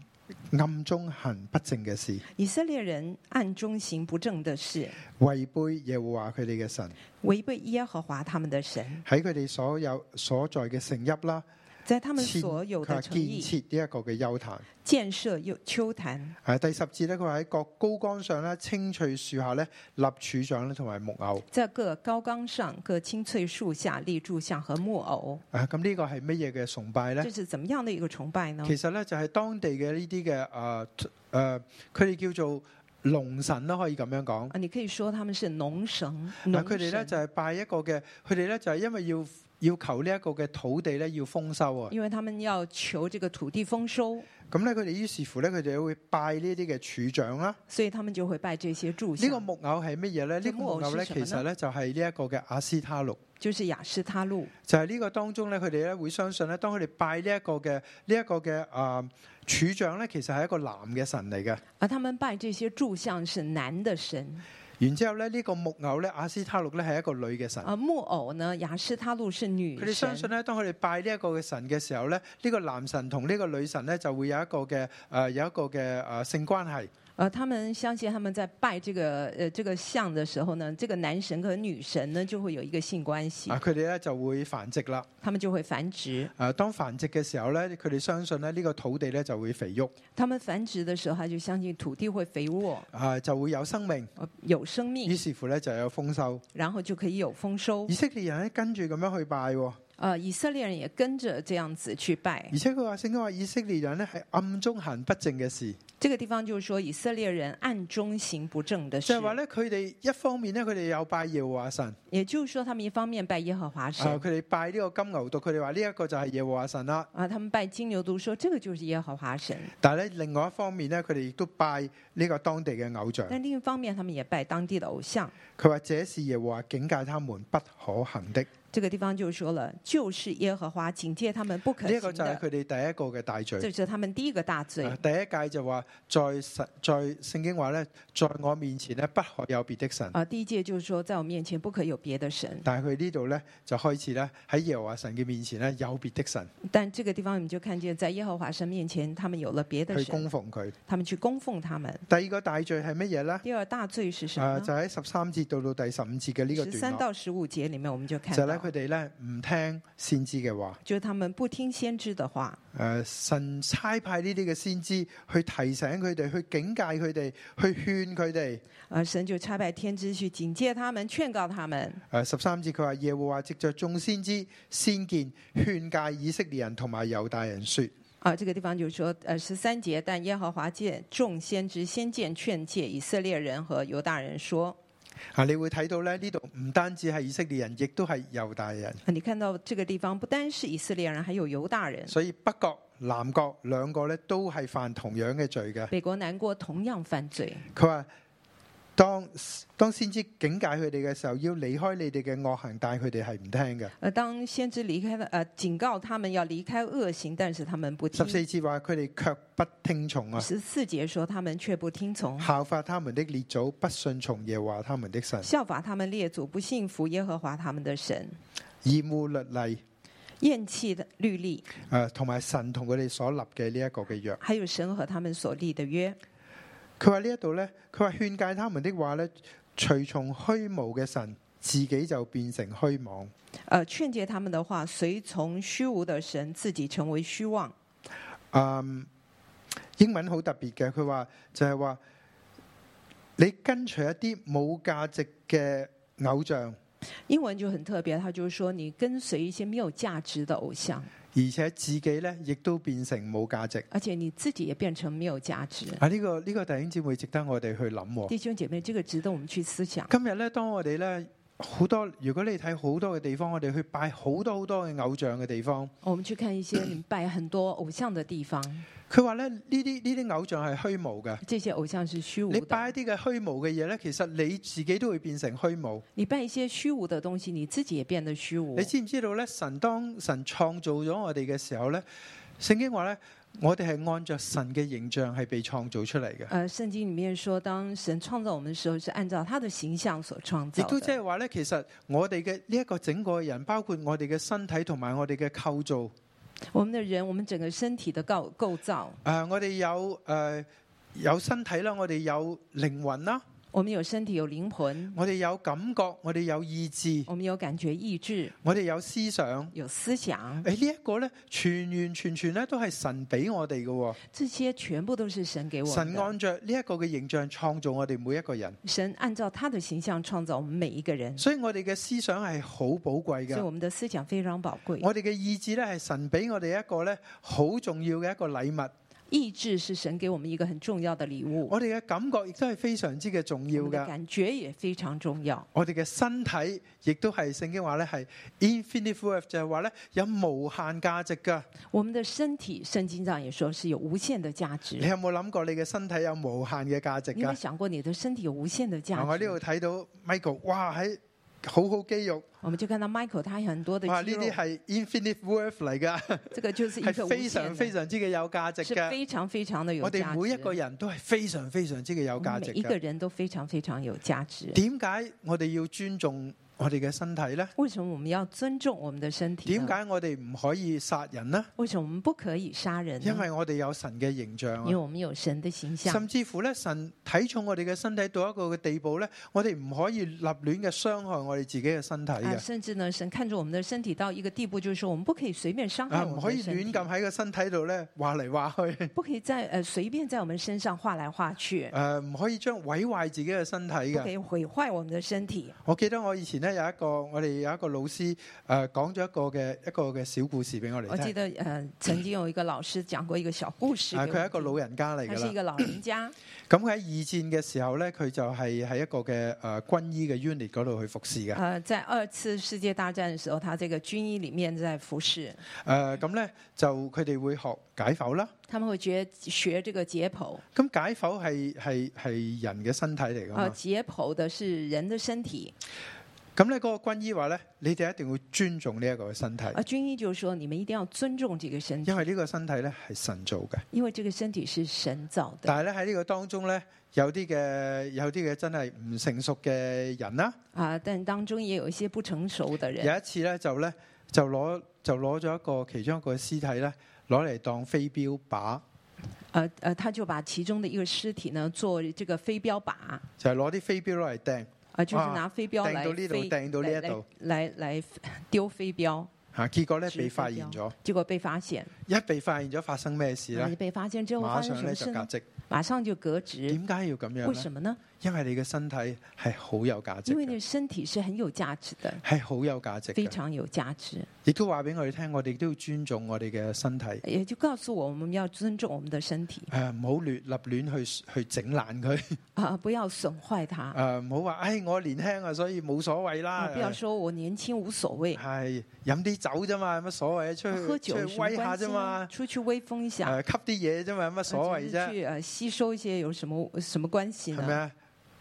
B: 暗中行不正嘅事，
C: 以色列人暗中行不正的事，
B: 違背耶和華佢哋嘅神，
C: 违背耶和华他们的神，
B: 喺佢哋所有所在嘅城邑啦，
C: 在他们
B: 設
C: 所有
B: 佢
C: 的
B: 話
C: 诚
B: 建
C: 意
B: 設呢一個嘅丘壇。
C: 建设又丘坛。
B: 诶、第十節咧，佢話喺各高杆上啦、青翠樹下咧，立柱像咧同埋木偶。
C: 在各高岗上、各青翠树下立柱像和木偶，
B: 啊，咁呢個係乜嘢嘅崇拜咧
C: 这？是怎么样的一个崇拜呢？
B: 其實咧就係當地嘅呢啲嘅誒誒，佢哋叫做龍神啦，可以咁樣講。
C: 啊，你可以说他们是农神，
B: 嗱，
C: 农
B: 佢哋咧就
C: 神，
B: 係拜一個嘅，佢哋咧就係因為要要求呢一個嘅土地咧要豐收啊。
C: 因為他们要求这个土地丰收，
B: 咁咧佢哋於是乎咧佢哋會拜呢啲嘅柱像啦。
C: 所以他们就会拜这些柱
B: 呢個
C: 像，
B: 木偶係乜嘢咧？呢
C: 這
B: 個
C: 個
B: 木
C: 木偶啊
B: 偶咧
C: 是什
B: 其
C: 麼呢
B: 實咧就係呢一個嘅阿斯他錄。
C: 就是雅士他路。
B: 就係呢個當中咧，佢哋咧會相信咧，當佢哋拜呢一個嘅呢一個嘅啊柱像咧，其實係一個男嘅神嚟嘅。
C: 而他们拜这些柱像是男的神，
B: 然之後咧，呢、個木偶咧，阿斯他錄咧係一個女嘅神。
C: 而木偶呢，雅士他路是女
B: 佢哋相信
C: 神。
B: 咧，當佢哋拜呢一個嘅神嘅時候咧，呢、個男神同呢個女神咧就會有一個嘅誒、呃有一個嘅誒、呃性關係。
C: 而他们相信他们在拜这个呃这个像的时候呢，这个男神和女神呢就会有一个性关系
B: 啊，，佢哋咧就會繁殖啦。
C: 他们就会繁殖。
B: 誒、當呃繁殖嘅時候咧，佢哋相信咧呢個土地咧就會肥沃，
C: 他们繁殖的时候，他就相信土地会肥沃，
B: 啊就會有生命。
C: 呃有生
B: 於
C: 命，
B: 是乎咧就有豐收。
C: 然后就可以有丰收
B: 以。色列人咧跟住咁樣去拜喎。
C: 呃，以色列人也跟着这样子去拜
B: 而。且佢話聖經話以色列人咧係暗中行不正嘅事，
C: 这个地方就是说，以色列人暗中行不正的
B: 就
C: 事
B: 係，話咧佢哋一方面咧佢哋有拜耶和華神，啊
C: 也就是说，他们一方面拜耶和华神，
B: 佢哋拜呢個金牛犢，佢哋話呢一個就係耶和華神啦。
C: 啊，他们拜金牛犊说这个就是耶和华神，
B: 但係咧另外一方面咧，佢哋亦都拜呢個當地嘅偶像。
C: 但另一方面他们也拜當地的偶像。
B: 佢話這是耶和華警戒他們不可行的，呢
C: 这个地方就说了，就是耶和華警戒他們不可
B: 一個
C: 行
B: 就係
C: 的
B: 佢，哋第一個嘅大
C: 这
B: 罪。
C: 是他們第一個大罪
B: 啊。第一戒就話在神在聖經話咧，在我面前咧不可有別的神。
C: 啊，第一戒就是說，在我面前不可有別的神。
B: 但係佢呢度咧就開始咧喺耶和華神嘅面前咧有別的神
C: 但这个地方我们就看見，在耶和華神面前，他們有了別的
B: 去
C: 神，
B: 供奉佢。
C: 他們去供奉他們。
B: 第二個大罪係乜嘢咧？
C: 第二大罪是什
B: 啊，
C: 麼
B: 就
C: 呢？
B: 喺十三節到到第十五節嘅呢個
C: 十三
B: 段落，
C: 到啊十五節里面，我們就看
B: 就係咧
C: 到
B: 佢，哋咧唔聽先知嘅話，
C: 就是他們不聽先知的話，
B: 诶、神差派呢啲嘅先知去提醒佢哋，去警戒佢哋，去勸佢哋。
C: 啊，神就差派天知去警戒他們、勸告他們。
B: 诶，呃十三節佢話耶和華藉着眾先知先見勸戒以色列人同埋猶大人說：
C: 啊，这个地方就是说，呃，十三节，但耶和华见众先知先见劝诫以色列人和犹大人说，
B: 啊，你會睇到咧呢度唔單止係以色列人，亦都係猶大人，
C: 啊你看到这个地方不单是以色列人，还有犹大人，
B: 所以北國、南國兩個咧都係犯同樣嘅罪嘅。
C: 北国南国同样犯罪。
B: 佢話：當當先知警戒佢哋嘅時候，要離開你哋嘅惡行，但係佢哋係唔聽嘅。
C: 呃，当先知离开了，呃，警告他们要离开恶行，但是他们不
B: 十四
C: 听。
B: 節話佢哋卻不聽從啊，
C: 十四节说他们却不听从，
B: 效法他們的列祖，不順從耶和華他們的神，
C: 效法他们列祖不信服耶和华他们的神，
B: 厭惡律例，
C: 厌弃的律例，
B: 诶、呃同埋神同佢哋所立嘅呢一個嘅約。
C: 还有神和他们所立的约。
B: 佢話呢一度呢，佢話勸戒他們的話呢，隨從虛無嘅神，自己就變成虛妄。
C: 呃，劝诫他们的话，随从虚无的神，自己成为虚妄。
B: 嗯，英文好特別嘅，佢話就係話你跟隨一啲冇價值嘅偶像，
C: 英文就很特别，它就是说你跟随一些没有价值的偶像，
B: 而且自己咧亦都變成冇價值。
C: 而且你自己也变成没有价值。
B: 啊，呢、個呢、個弟兄姊妹值得我哋去諗喎。
C: 弟兄姐妹，这个值得我们去思想。
B: 今日咧，當我哋咧好多，如果你睇好多嘅地方，我哋去拜好多好多嘅偶像嘅地方，
C: 我们去看一些你们拜很多偶像的地方，
B: 佢話咧呢啲呢啲偶像係虛無嘅。
C: 这些偶像是虚无
B: 你
C: 的。
B: 拜一啲嘅虛無嘅嘢咧，其實你自己都會變成虛無。
C: 你拜一些虚无的东
B: 哦
C: 西，你自己也变得虚无
B: 你。知唔知道咧？神當神創造咗我哋嘅時候咧，聖經話咧，我哋係按着神嘅形象係被創造出嚟嘅。
C: 呃，圣经里面说，当神创造我们的时候，是按照他的形象所创
B: 亦
C: 造
B: 都即
C: 的。
B: 係話咧，其實我哋嘅呢一個整個人，包括我哋嘅身體同埋我哋嘅構造，誒、
C: 我们的人，我们整个身体的构构造，
B: 啊我哋有誒、呃有身體啦，我哋有靈魂啦，
C: 我们有身体，有灵魂，
B: 我哋有感覺，我哋有意志，
C: 我们有感觉、意志，
B: 我哋有思想。
C: 有思想，
B: 誒呢一個咧，全完全全咧都係神俾我哋嘅喎、
C: 这些全部都是神给我们
B: 神
C: 的。
B: 按着呢一個嘅形象創造我哋每一個人，
C: 神按照他的形象创造我们每一个人，
B: 所以我哋嘅思想係好寶貴
C: 所以我
B: 嘅。
C: 们的思想非常宝贵。
B: 我哋嘅意志咧係神俾我哋一個咧好重要嘅一個禮物，
C: 意志是神给我们一个很重要的礼物，
B: 我哋嘅感覺亦都係非常之嘅重要
C: 我们的
B: 嘅。
C: 感觉也非常重要。
B: 我哋嘅身體亦都係聖經話咧係 infinite worth，就係話咧有無限價值噶。
C: 我们的身体，圣经上也说是有无限的价值
B: 你。有冇諗過你嘅身體有無限嘅價值
C: 你有
B: 噶
C: 没有？想过你的身体有无限的
B: 嗱
C: 价
B: 我呢
C: 值？
B: 度睇到 Michael，哇喺好好肌肉，
C: 我们就看到 Michael 他有很多的
B: 哇
C: 肌
B: 呢
C: 肉，
B: 啲係 infinite worth 嚟噶。
C: 这个就是一
B: 係
C: 个无
B: 非
C: 限
B: 常
C: 的
B: 非常之嘅有價值
C: 是
B: 嘅。
C: 非常非常的有
B: 我
C: 价
B: 哋
C: 值。
B: 每一個人都係非常非常之嘅有
C: 我们
B: 價值
C: 每一个
B: 嘅。
C: 人都非常非常有价值。
B: 點解我哋要尊重我哋嘅身體呢？
C: 为什么我们要尊重我们的身体呢？
B: 點解我哋唔可以殺人呢？
C: 为什么我们不可以杀人呢？啊
B: 因為我哋有神嘅形象
C: 因为
B: 啊。
C: 我们有神的形象，啊
B: 甚至乎咧，神睇重我哋嘅身體到一個嘅地步咧，我哋唔可以立亂嘅傷害我哋自己嘅身體
C: 啊，
B: 嘅，
C: 甚至呢，神看着我们的身体到一个地步，就是说我们不可以随便伤
B: 啊
C: 害我
B: 唔
C: 们
B: 可
C: 的
B: 以
C: 身
B: 亂
C: 体，
B: 咁喺個身體度咧話嚟話 去，
C: 不可以在呃随便在我们身上画来画去，
B: 誒啊唔可以將毀壞自己嘅身體
C: 不
B: 嘅
C: 可。以毁坏我们的身体。
B: 我記得我以前咧有一個，我哋有一個老師誒講咗一個嘅一個嘅小故事俾我哋
C: 我记
B: 聽。
C: 得呃，曾经有一个老师讲过一个小故事
B: 啊，
C: 给
B: 佢係一
C: 我
B: 個老
C: 们
B: 人家嚟
C: 听，他
B: 㗎
C: 是一
B: 啦。
C: 个老人家，
B: 咁佢喺二戰嘅時候咧，佢就係喺一個嘅誒軍醫嘅 unit 嗰度去服侍嘅。
C: 呃，在二次世界大戰的时候，他这个军医里面在服侍，
B: 誒咁咧就佢哋會學解剖啦。
C: 他们会学学这个解剖，
B: 咁解剖係係係人嘅身體嚟㗎
C: 呃，
B: 嘛。
C: 解剖的是人的身体，
B: 咁咧嗰個軍醫話咧，你哋一定要尊重呢一個嘅身體，
C: 而啊军医就说你们一定要尊重这个身体
B: 因，為呢個身體咧係神做嘅。
C: 因为这个身体是神造的。
B: 但係咧喺呢個當中咧，有啲嘅有啲嘅真係唔成熟嘅人啦。
C: 啊，但当中也有一些不成熟的人，
B: 有一次咧就咧就攞就攞咗一個其中一個屍體咧攞嚟當飛鏢靶，
C: 呃呃，他就把其中的一个尸体呢做这个飞镖靶，啊、
B: 就係攞啲飛鏢攞嚟掟
C: 就是
B: 啊
C: 拿飞镖
B: 掟
C: 来
B: 到呢度，
C: 飞
B: 掟到呢
C: 来
B: 一度
C: 来来来丢飞镖，
B: 嚇，結果咧
C: 指
B: 被發
C: 飛
B: 現
C: 鏢
B: 咗，
C: 结果被发现，
B: 一被發現咗發生咩事
C: 啊
B: 咧？
C: 被发现之后
B: 馬
C: 发生什
B: 上咧
C: 么
B: 就
C: 事
B: 革
C: 呢？
B: 職，
C: 马上就革职，
B: 點解要咁樣
C: 为
B: 咧？
C: 什么呢？
B: 因為你嘅身體係好有價值
C: 因为你
B: 嘅，
C: 的身体是很有价值的，
B: 係好有價值
C: 非
B: 嘅。
C: 常有价值，
B: 亦都話俾我哋聽，我哋都要尊重我哋嘅身體，誒
C: 也就告诉我我们要尊重我们的身体
B: 唔好亂立亂去去整爛佢，
C: 啊、不要损坏它
B: 誒唔好話，唉我年輕啊，所以冇所謂啦。
C: 啊，不要说我年轻无所谓，啊
B: 系飲啲酒啫嘛，有乜所謂？出去
C: 喝酒
B: 出
C: 有
B: 去
C: 什么
B: 威下
C: 关
B: 呃
C: 系
B: 啫
C: 呢？
B: 嘛，
C: 出去威风一
B: 诶、
C: 下。
B: 吸啲嘢啫嘛，有乜所謂
C: 呃只是
B: 啫？
C: 去呃吸收一些有什么什么关系
B: 係咪
C: 呢？
B: 啊？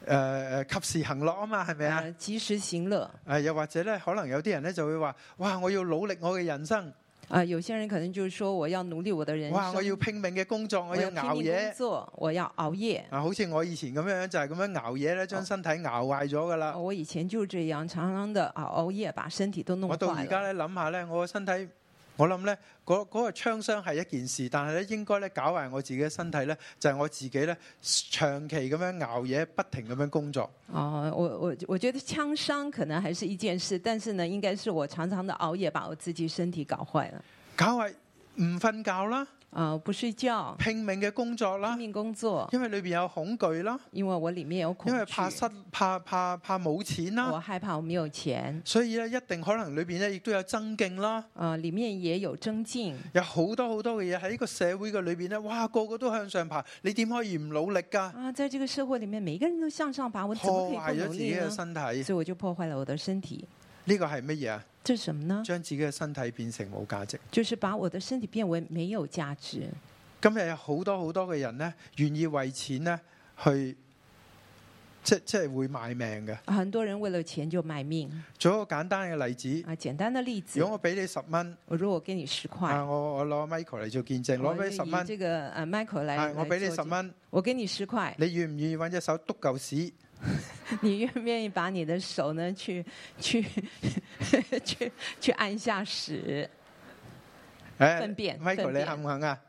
B: 诶、诶，及時行樂啊嘛，係咪啊？
C: 呃，及时行乐。
B: 诶、又或者咧，可能有啲人咧就會話：，哇！我要努力我嘅人生，
C: 啊，有些人可能就是说，我要努力我的人
B: 哇！
C: 生，
B: 我要拼命嘅工作，
C: 我
B: 我要
C: 拼
B: 熬
C: 命工
B: 夜。
C: 作，我要熬夜。
B: 啊，好似我以前咁樣，就係咁樣熬夜咧，將身體熬壞咗噶啦。
C: 我以前就这样，常常的熬熬夜，把身体都弄
B: 我到
C: 坏
B: 而家
C: 了。
B: 咧諗下咧，我個身體，我諗咧嗰嗰個槍傷係一件事，但係咧應該咧搞壞我自己嘅身體咧，就係、我自己咧長期咁樣熬夜，不停咁樣工作。
C: 哦，我我我觉得枪伤可能还是一件事，但是呢，应该是我常常的熬夜，把我自己身体搞坏了。
B: 搞係唔瞓覺啦，
C: 啊、不睡觉，
B: 拼命嘅工作
C: 拼
B: 啦，
C: 命工作，
B: 因為裏边有恐懼啦，
C: 因为我里面有恐
B: 因為
C: 惧，
B: 怕失怕怕怕冇錢
C: 我
B: 啦，
C: 害怕我没有钱。
B: 所以咧一定可能裏边咧亦都有增勁啦，
C: 呃，里面也有增进，
B: 有好多好多嘅嘢喺呢個社會嘅裏边咧，哇個個都向上爬，你點可以唔努力㗎？
C: 啊，在这个社会里面，每一个人都向上爬，我怎么
B: 破
C: 可
B: 壞
C: 以
B: 咗
C: 不努
B: 自
C: 力啊
B: 己嘅
C: 呢？
B: 身體，
C: 所以我就破坏了我的身体。
B: 呢個係乜嘢啊？
C: 这是什么呢？
B: 將自己嘅身體變成冇價值。
C: 就是把我的身体变为没有价值。
B: 今日有好多好多嘅人咧，願意為錢咧去即即係會賣命嘅。
C: 啊很多人为了钱就卖命
B: 做一個簡單嘅例子，
C: 啊。简单的例子
B: 如，果我俾你十蚊，
C: 我如果给你十块
B: 啊，，我我攞 Michael 嚟做見證，
C: 我
B: 攞
C: 就
B: 俾你十
C: 哦以
B: 蚊，
C: 这个呃 Michael 来，
B: 啊，我
C: 来
B: 俾你
C: 做
B: 十
C: 这，
B: 蚊，
C: 我给你十块，
B: 你願唔願意揾隻手篤嚿屎？
C: 你愿不愿意把你的手呢去去去去按下屎？
B: 诶
C: 糞便糞
B: Michael 你
C: 便
B: 肯唔肯啊？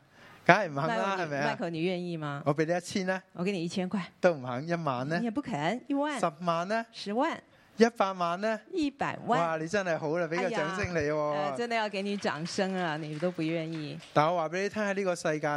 B: 梗係唔肯啦，
C: Michael，
B: 係
C: 你
B: 咪啊？
C: Michael，你愿意吗？
B: 我俾你一千咧，
C: 我给你一千块，
B: 都唔肯；一萬
C: 你
B: 咧，
C: 也不肯，一万、
B: 十萬咧，
C: 十万、
B: 一百萬咧，
C: 一百万，
B: 哇！你真係好啦，俾個
C: 哎呀
B: 掌聲你
C: 呃，
B: 喎。
C: 真的要给你掌声啊！你都不愿意。
B: 但我話俾你聽喺呢個世界，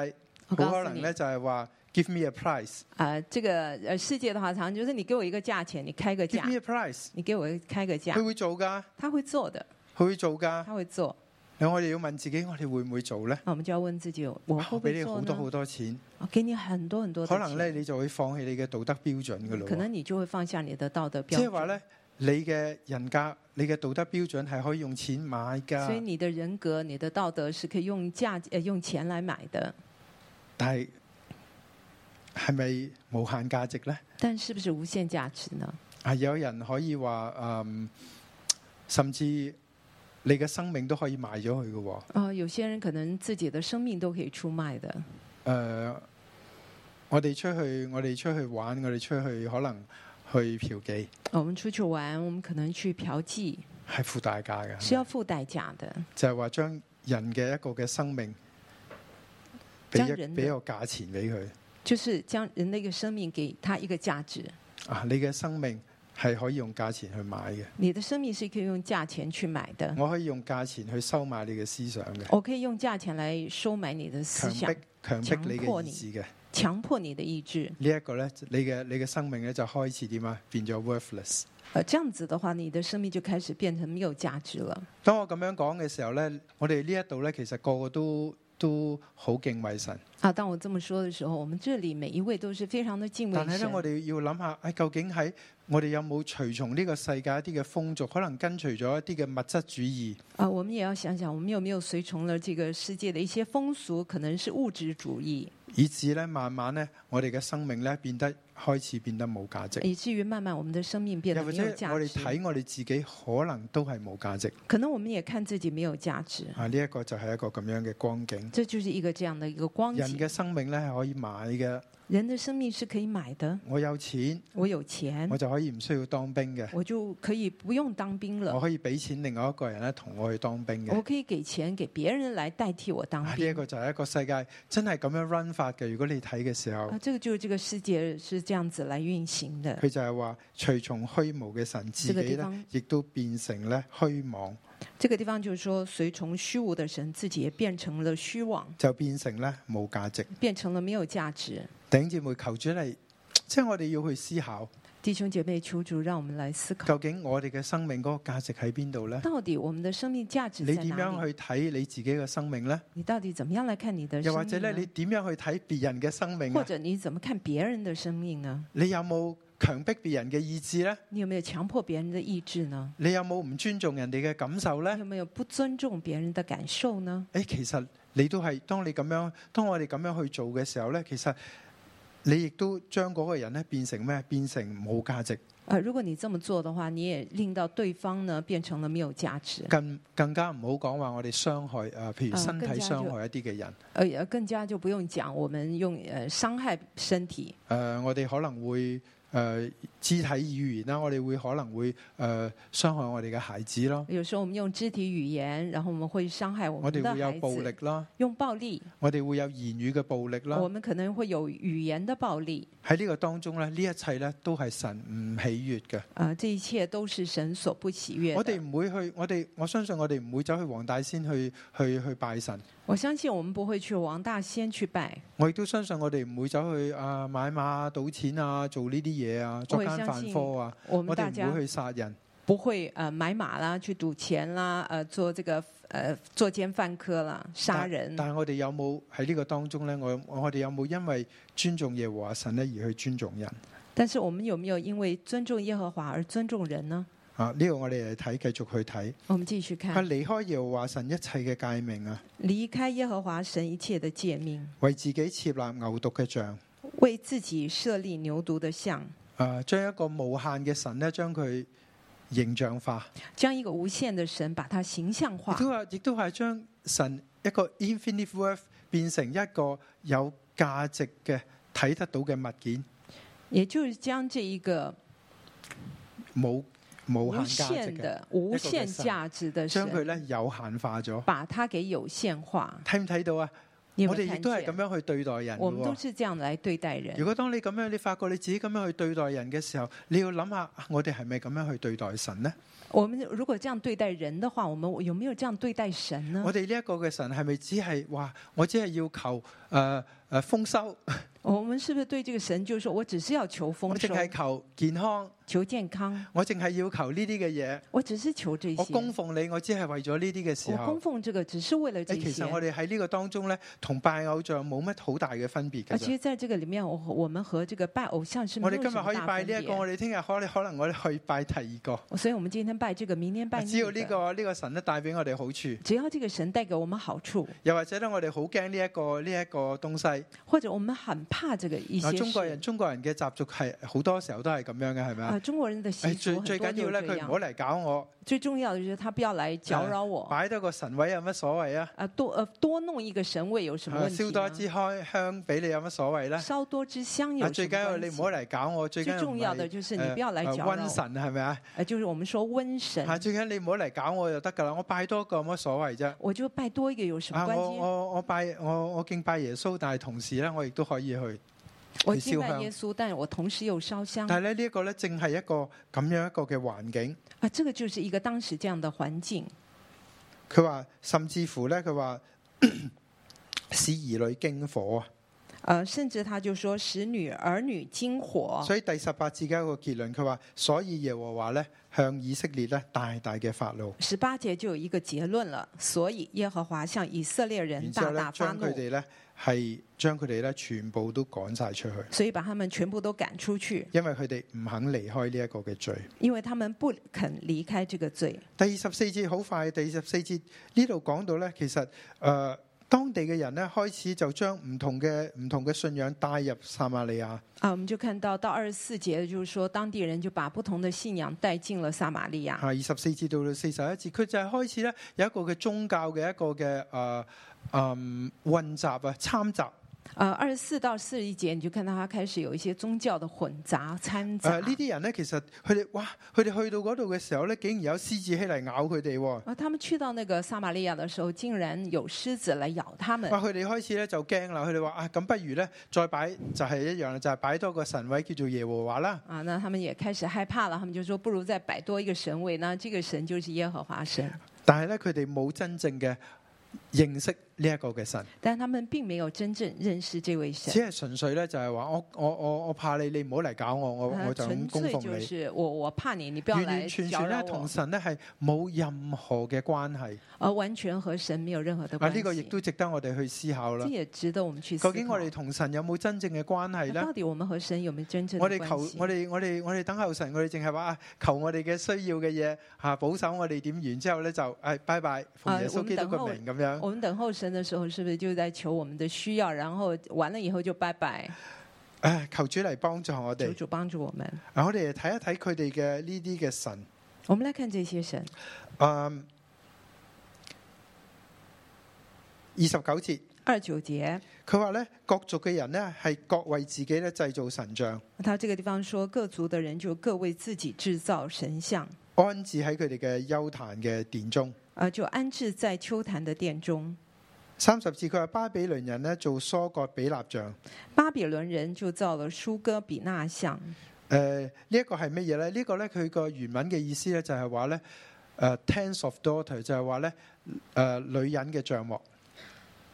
C: 我
B: 好
C: 告
B: 可
C: 诉
B: 能
C: 你，
B: 咧就係話 give me a price，give
C: 啊、这个呃世界的话，常常就是你给我一个价钱，你开个价
B: me，a price，
C: 你给我一个开个价
B: 佢，會做㗎，
C: 他会做的，
B: 佢會做㗎。
C: 他会做。
B: 誒我哋要問自己，我哋會唔會做咧？
C: 那我们就要问自己，我会
B: 我
C: 不
B: 俾
C: 会
B: 你
C: 做
B: 好多
C: 呢？
B: 好多錢，
C: 我给你很多很多
B: 可
C: 的
B: 能
C: 钱，
B: 咧你就會放棄你嘅道德標準㗎
C: 可
B: 咯。
C: 能你就会放下你的道德
B: 即
C: 标
B: 係話
C: 准。
B: 咧，你嘅人格、你嘅道德標準係可以用錢買
C: 所以
B: 㗎，
C: 你的人格、你的道德是可以用价、呃、用钱来买的，
B: 但係係咪無限價值咧？
C: 但是不是无限价值呢？
B: 啊，有人可以話嗯，甚至你嘅生命都可以賣咗佢嘅喎。
C: 呃，有些人可能自己的生命都可以出卖的。
B: 誒、呃我哋出去，我哋出去玩，我哋出去可能去嫖妓
C: 呃我们出去玩，我们可能去嫖妓，
B: 係付大價嘅，
C: 是要啊付代价的。
B: 就係話將人嘅一個嘅生命俾
C: 將
B: 一
C: 人
B: 俾
C: 嘅
B: 一個價錢俾佢
C: 就是将人的一个生命给他一个价值。
B: 啊！你嘅生命係可以用價錢去買嘅，
C: 你的生命是可以用价錢去买的，
B: 我可以用價錢去收買你嘅思想嘅，
C: 我可以用价錢來收買你的哦思
B: 強
C: 想
B: 迫，強
C: 強迫
B: 迫你嘅意
C: 你
B: 志嘅。
C: 強迫你的意志。
B: 呢一個咧，你嘅你嘅生命咧就開始點啊？變咗 worthless。
C: 呃，这样子的话，你的生命就開始變成沒有價值了。
B: 當我咁樣講嘅時候咧，我哋呢一度咧，其實個個都都好敬畏神，
C: 啊，当我这么說的時候，我們這裡每一位都是非常的敬畏
B: 但係咧，我
C: 神。
B: 哋要諗下，哎誒究竟喺我哋有冇隨從呢個世界一啲嘅風俗，可能跟隨咗一啲嘅物質主義，
C: 啊，我們也要想想，我們有沒有隨從了這個世界的一些風俗，可能是物質主義，
B: 以致咧慢慢咧，我哋嘅生命咧變得開始變得冇價值，
C: 以至於慢慢我們的生命變
B: 又
C: 得
B: 或
C: 沒
B: 者
C: 有
B: 我
C: 價
B: 哋
C: 值。
B: 睇我哋自己可能都係冇價值
C: 可能我們也看自己沒有價值，
B: 啊！呢、一個就係一個咁樣嘅光景。
C: 這就是一個這樣的一個光
B: 人
C: 景。
B: 嘅生命咧係可以買嘅，
C: 人的生命是可以买的，
B: 我有錢。
C: 我有钱
B: 我，就可以唔需要當兵嘅，
C: 我就可以不用当兵
B: 我
C: 了，
B: 可以俾錢另外一個人咧同我去當兵嘅。
C: 我可以給錢給別人来代替我当
B: 啊呢一
C: 兵。
B: 個就係一個世界真係咁樣 run 法嘅。如果你睇嘅時候
C: 啊，，这个就是这个世界是这样子来運行的。
B: 佢就係話隨從虛無嘅神，自己
C: 呢個地
B: 咧
C: 方
B: 亦都變成咧虛妄，
C: 这个地方就是说，随从虚无的神，自己也变成了虚妄，
B: 就變成咧冇價值。
C: 变成了没有价值。
B: 弟兄姊妹，求主你，即係我哋要去思考，
C: 弟兄姐妹，求主让我们来思考，
B: 究竟我哋嘅生命嗰個價值喺邊度呢？
C: 到底我们的生命价值
B: 你
C: 在
B: 點
C: 哪
B: 樣
C: 里？
B: 去睇你自己嘅生命呢？
C: 你到底怎么样来看你的
B: 又
C: 生
B: 或者
C: 命
B: 咧，你
C: 呢？
B: 點樣去睇別人嘅生命
C: 或
B: 啊？
C: 者你怎么看别人的生命呢？
B: 你有冇強迫別人嘅意志呢？
C: 你有没有强迫别人的意志呢？
B: 你有冇唔尊重人哋嘅感受呢
C: 你？有没有不尊重别人的感受呢？
B: 诶，其實你都係當你咁樣，當我哋咁樣去做嘅時候呢，其實你亦都將嗰個人咧變成咩？變成冇價值，
C: 呃，如果你这么做的话，你也令到对方呢变成了没有价值，
B: 更更加唔好講話我哋傷害诶、呃譬如
C: 啊
B: 身體
C: 更加就
B: 傷害一啲嘅人，
C: 呃，也更加就不用讲，我们用呃伤害身体，
B: 诶、呃我哋可能會诶、呃肢體語言啦，我哋會可能會诶傷、害我哋嘅孩子咯，
C: 有时候我们用肢体語言，然后我们会伤害我
B: 我
C: 们
B: 哋
C: 的
B: 會有
C: 孩
B: 暴
C: 子
B: 力，啦，
C: 用暴力，
B: 我哋會有言語嘅暴力啦
C: 我。们可能会有语言的暴力，
B: 喺呢個當中咧，呢一切咧都係神唔喜悦嘅。
C: 呃，这一切都是神所不喜悦
B: 我
C: 的
B: 哋。唔會去，我哋我相信我哋唔會走去黃大仙去去去拜神，
C: 我相信我们不会去王大仙去拜，
B: 我亦都相信我哋唔會走去啊買馬啊、賭錢啊、做呢啲嘢啊、作奸犯科啊，
C: 我们
B: 我
C: 大
B: 哋
C: 家
B: 唔會去殺人，
C: 不会呃买马啦，去赌钱啦，呃做这个呃作奸犯科啦，杀
B: 但
C: 人。
B: 但係我哋有冇喺呢個當中咧？我我哋有冇因為尊重耶和華神咧而去尊重人
C: 但是我们有没有因为尊重耶和华而尊重人呢？
B: 啊？呢、個我哋嚟睇，繼續去睇。
C: 我们继续
B: 佢
C: 看，
B: 離開耶和華神一切嘅誡命啊，
C: 离开耶和华神一切的诫命，
B: 為自己設立牛犢嘅像，
C: 为自己设立牛犊的像，
B: 啊，將一個無限嘅神咧，將佢形象化，
C: 将一个无限的神把它形象
B: 亦
C: 化，
B: 都話亦都係將神一個 infinite worth 變成一個有價值嘅睇得到嘅物件，
C: 也就是将这一个
B: 冇無
C: 无
B: 限價值
C: 限
B: 嘅，
C: 的、无限价值的
B: 將佢
C: 神，
B: 咧有限化咗。
C: 把它给有限化。
B: 睇唔睇到啊？
C: 你有
B: 我
C: 没
B: 哋
C: 有
B: 亦
C: 看
B: 都係咁
C: 见？
B: 樣去對待人
C: 我
B: 嘅
C: 们都
B: 喎。
C: 是这样来对待人
B: 如。果當你咁樣，你發覺你自己咁樣去對待人嘅時候，你要諗下，啊我哋係咪咁樣去對待神呢？
C: 我们如果这样对待人的话，我们有没有这样对待神呢
B: 我？哋呢一個嘅神係咪只係話我只係要求诶诶丰收，
C: 我们是不是对这个神就是说我只是要求丰
B: 我淨
C: 收、
B: 係求健康，
C: 求健康，
B: 我淨係要求呢啲嘅嘢，
C: 我只是求这
B: 我
C: 些？
B: 供奉你，我只係為咗呢啲嘅時
C: 我供
B: 候。
C: 奉这个只是为了
B: 诶，
C: 这
B: 哎其
C: 些
B: 實。我哋喺呢個當中咧，同拜偶像冇乜好大嘅分別
C: 而
B: 嘅
C: 其
B: 啫。
C: 实在这个里面，我和我们和这个拜偶像是没
B: 我
C: 有
B: 哋今
C: 什
B: 日可
C: 么
B: 以
C: 大
B: 拜
C: 分啊
B: 呢、
C: 别
B: 一個，。我哋聽日可可能我哋去拜第二個。
C: 所以我们今天拜这个，明天拜
B: 啊只要
C: 那
B: 呢、
C: 个。
B: 個呢、個神咧帶俾我哋好處，
C: 只要这个神带给我们好处，
B: 又或者咧我哋好驚呢一個呢一、個東西。
C: 或者我们很怕这个一
B: 嗱，
C: 些
B: 啊中國
C: 事
B: 人中國人嘅習俗係好多時候都係咁樣嘅，係咪
C: 啊，
B: 啊？
C: 中国人的
B: 诶
C: 习
B: 最
C: 俗
B: 最
C: 很多
B: 緊要
C: 就
B: 咧，
C: 是这
B: 佢唔
C: 样
B: 好。嚟搞我。哎
C: 最重要的就是他不要来搅扰我
B: 擺多個神位有乜所謂啊？
C: 啊，多呃多弄一个神位有什么
B: 啊
C: 问题
B: 燒
C: 呢？
B: 多一支開香俾你有乜所謂咧？
C: 烧多支香有
B: 啊，
C: 什
B: 最
C: 么
B: 緊要
C: 关
B: 你唔
C: 系？
B: 好嚟搞我，最緊
C: 最
B: 要唔
C: 重要的
B: 係
C: 就是你
B: 呃
C: 不要来
B: 呃
C: 搅
B: 瘟
C: 扰我，
B: 神係咪啊？
C: 呃，就是我们说瘟神，
B: 啊，最緊要你唔好嚟搞我就得㗎啦，我拜多個有乜所謂啫？
C: 我就拜多一个有什么
B: 啊，
C: 关
B: 我
C: 系？
B: 我我拜我我敬拜耶穌，但係同時咧，我亦都可以去。
C: 我
B: 你
C: 敬
B: 烧
C: 拜
B: 香
C: 耶稣，但我同时又烧香
B: 但係咧呢一個咧，正係一個咁樣一個嘅環境。
C: 啊，这个就是一个当时这样的环境。
B: 佢話甚至乎咧，佢話 使兒女經火啊
C: 呃，甚至他就说使女儿女惊
B: 啊。
C: 火，
B: 所以第十八節嘅一個結論，佢話所以耶和華咧向以色列咧大大嘅發怒。
C: 十八节就有一个结论了。所以耶和华向以色列人
B: 然之後
C: 大
B: 咧
C: 大，发
B: 將
C: 怒
B: 佢，哋咧係將佢哋咧全部都趕晒出去，
C: 所以把他们全部都赶出去，
B: 因為佢哋唔肯離開呢一個嘅罪。
C: 因为他们不肯离开这个罪。
B: 第二十四節好快，第二十四節呢度講到咧，其實誒、呃、當地嘅人咧開始就將唔同嘅唔同嘅信仰帶入撒瑪利亞。
C: 啊，我们就看到到二十四节，就是说当地人就把不同的信仰带进了撒玛利亚。
B: 啊，二十四至到四十一節，佢就係開始咧有一個嘅宗教嘅一個嘅誒嗯混雜啊參雜。
C: 呃，二十四到四十一节，你就看到他开始有一些宗教的混杂掺杂。
B: 誒呃呢啲人咧，其實佢哋哇，佢哋去到嗰度嘅時候咧，竟然有獅子起嚟咬佢哋喎。
C: 啊，他们去到那个撒玛利亚的时候，竟然有狮子来咬他们
B: 哇！。佢哋開始咧就驚啦，佢哋話啊，咁不如咧再擺就係一樣啦，就係、擺多個神位叫做耶和華啦。
C: 啊，那他们也开始害怕了，他们就说不如再摆多一个神位，那这个神就是耶和华神，
B: 但係咧，佢哋冇真正嘅認識呢一個嘅神，
C: 但他们并没有真正认识这位
B: 只
C: 神。
B: 係純粹咧就係話我我我我怕你，你唔好嚟搞我，我
C: 他
B: 我就
C: 啊纯
B: 咁供
C: 粹
B: 奉
C: 就
B: 你。
C: 是我，我怕你，你不要
B: 完
C: 来
B: 完全
C: 搅
B: 全
C: 扰
B: 咧同
C: 我，
B: 神咧係冇任何嘅關係。
C: 而啊完全和神没有任何的
B: 啊，
C: 关
B: 呢、
C: 系。
B: 個亦都值得我哋去思考
C: 这
B: 啦。
C: 也值得我们去思
B: 究
C: 考。
B: 竟我哋同神有冇真正嘅關係
C: 那
B: 咧
C: 到？底我们和神有没有真正
B: 我
C: 的
B: 哋求
C: 关系？
B: 我哋我哋我哋等候神，我哋淨係話啊求我哋嘅需要嘅嘢吓保守我哋點完之後咧就诶拜拜，奉
C: 啊
B: 耶
C: 我
B: 穌
C: 們
B: 基督
C: 等候
B: 嘅名咁樣。
C: 我们等候神的时候，是不是就在求我们的需要？然后完了以后就拜拜，
B: 诶，求主嚟幫助我
C: 求
B: 哋。
C: 主帮助我们。
B: 啊，我哋睇一睇佢哋嘅呢啲嘅神。
C: 我们来看这些神，
B: 嗯，二十九節
C: 二九节，
B: 佢話咧各族嘅人咧係各為自己咧製造神像。
C: 他这个地方说，各族的人就各为自己制造神像，
B: 安置喺佢哋嘅幽壇嘅殿中。
C: 呃，就安置在秋坛的殿中。
B: 三十節佢話巴比倫人咧做疏割比立像，
C: 巴比伦人就造了舒哥比纳像，
B: 誒呃呢一個係乜嘢咧？呢、個咧佢個原文嘅意思咧就係話咧誒呃 tens of daughter 就係話咧誒呃女人嘅帳幕。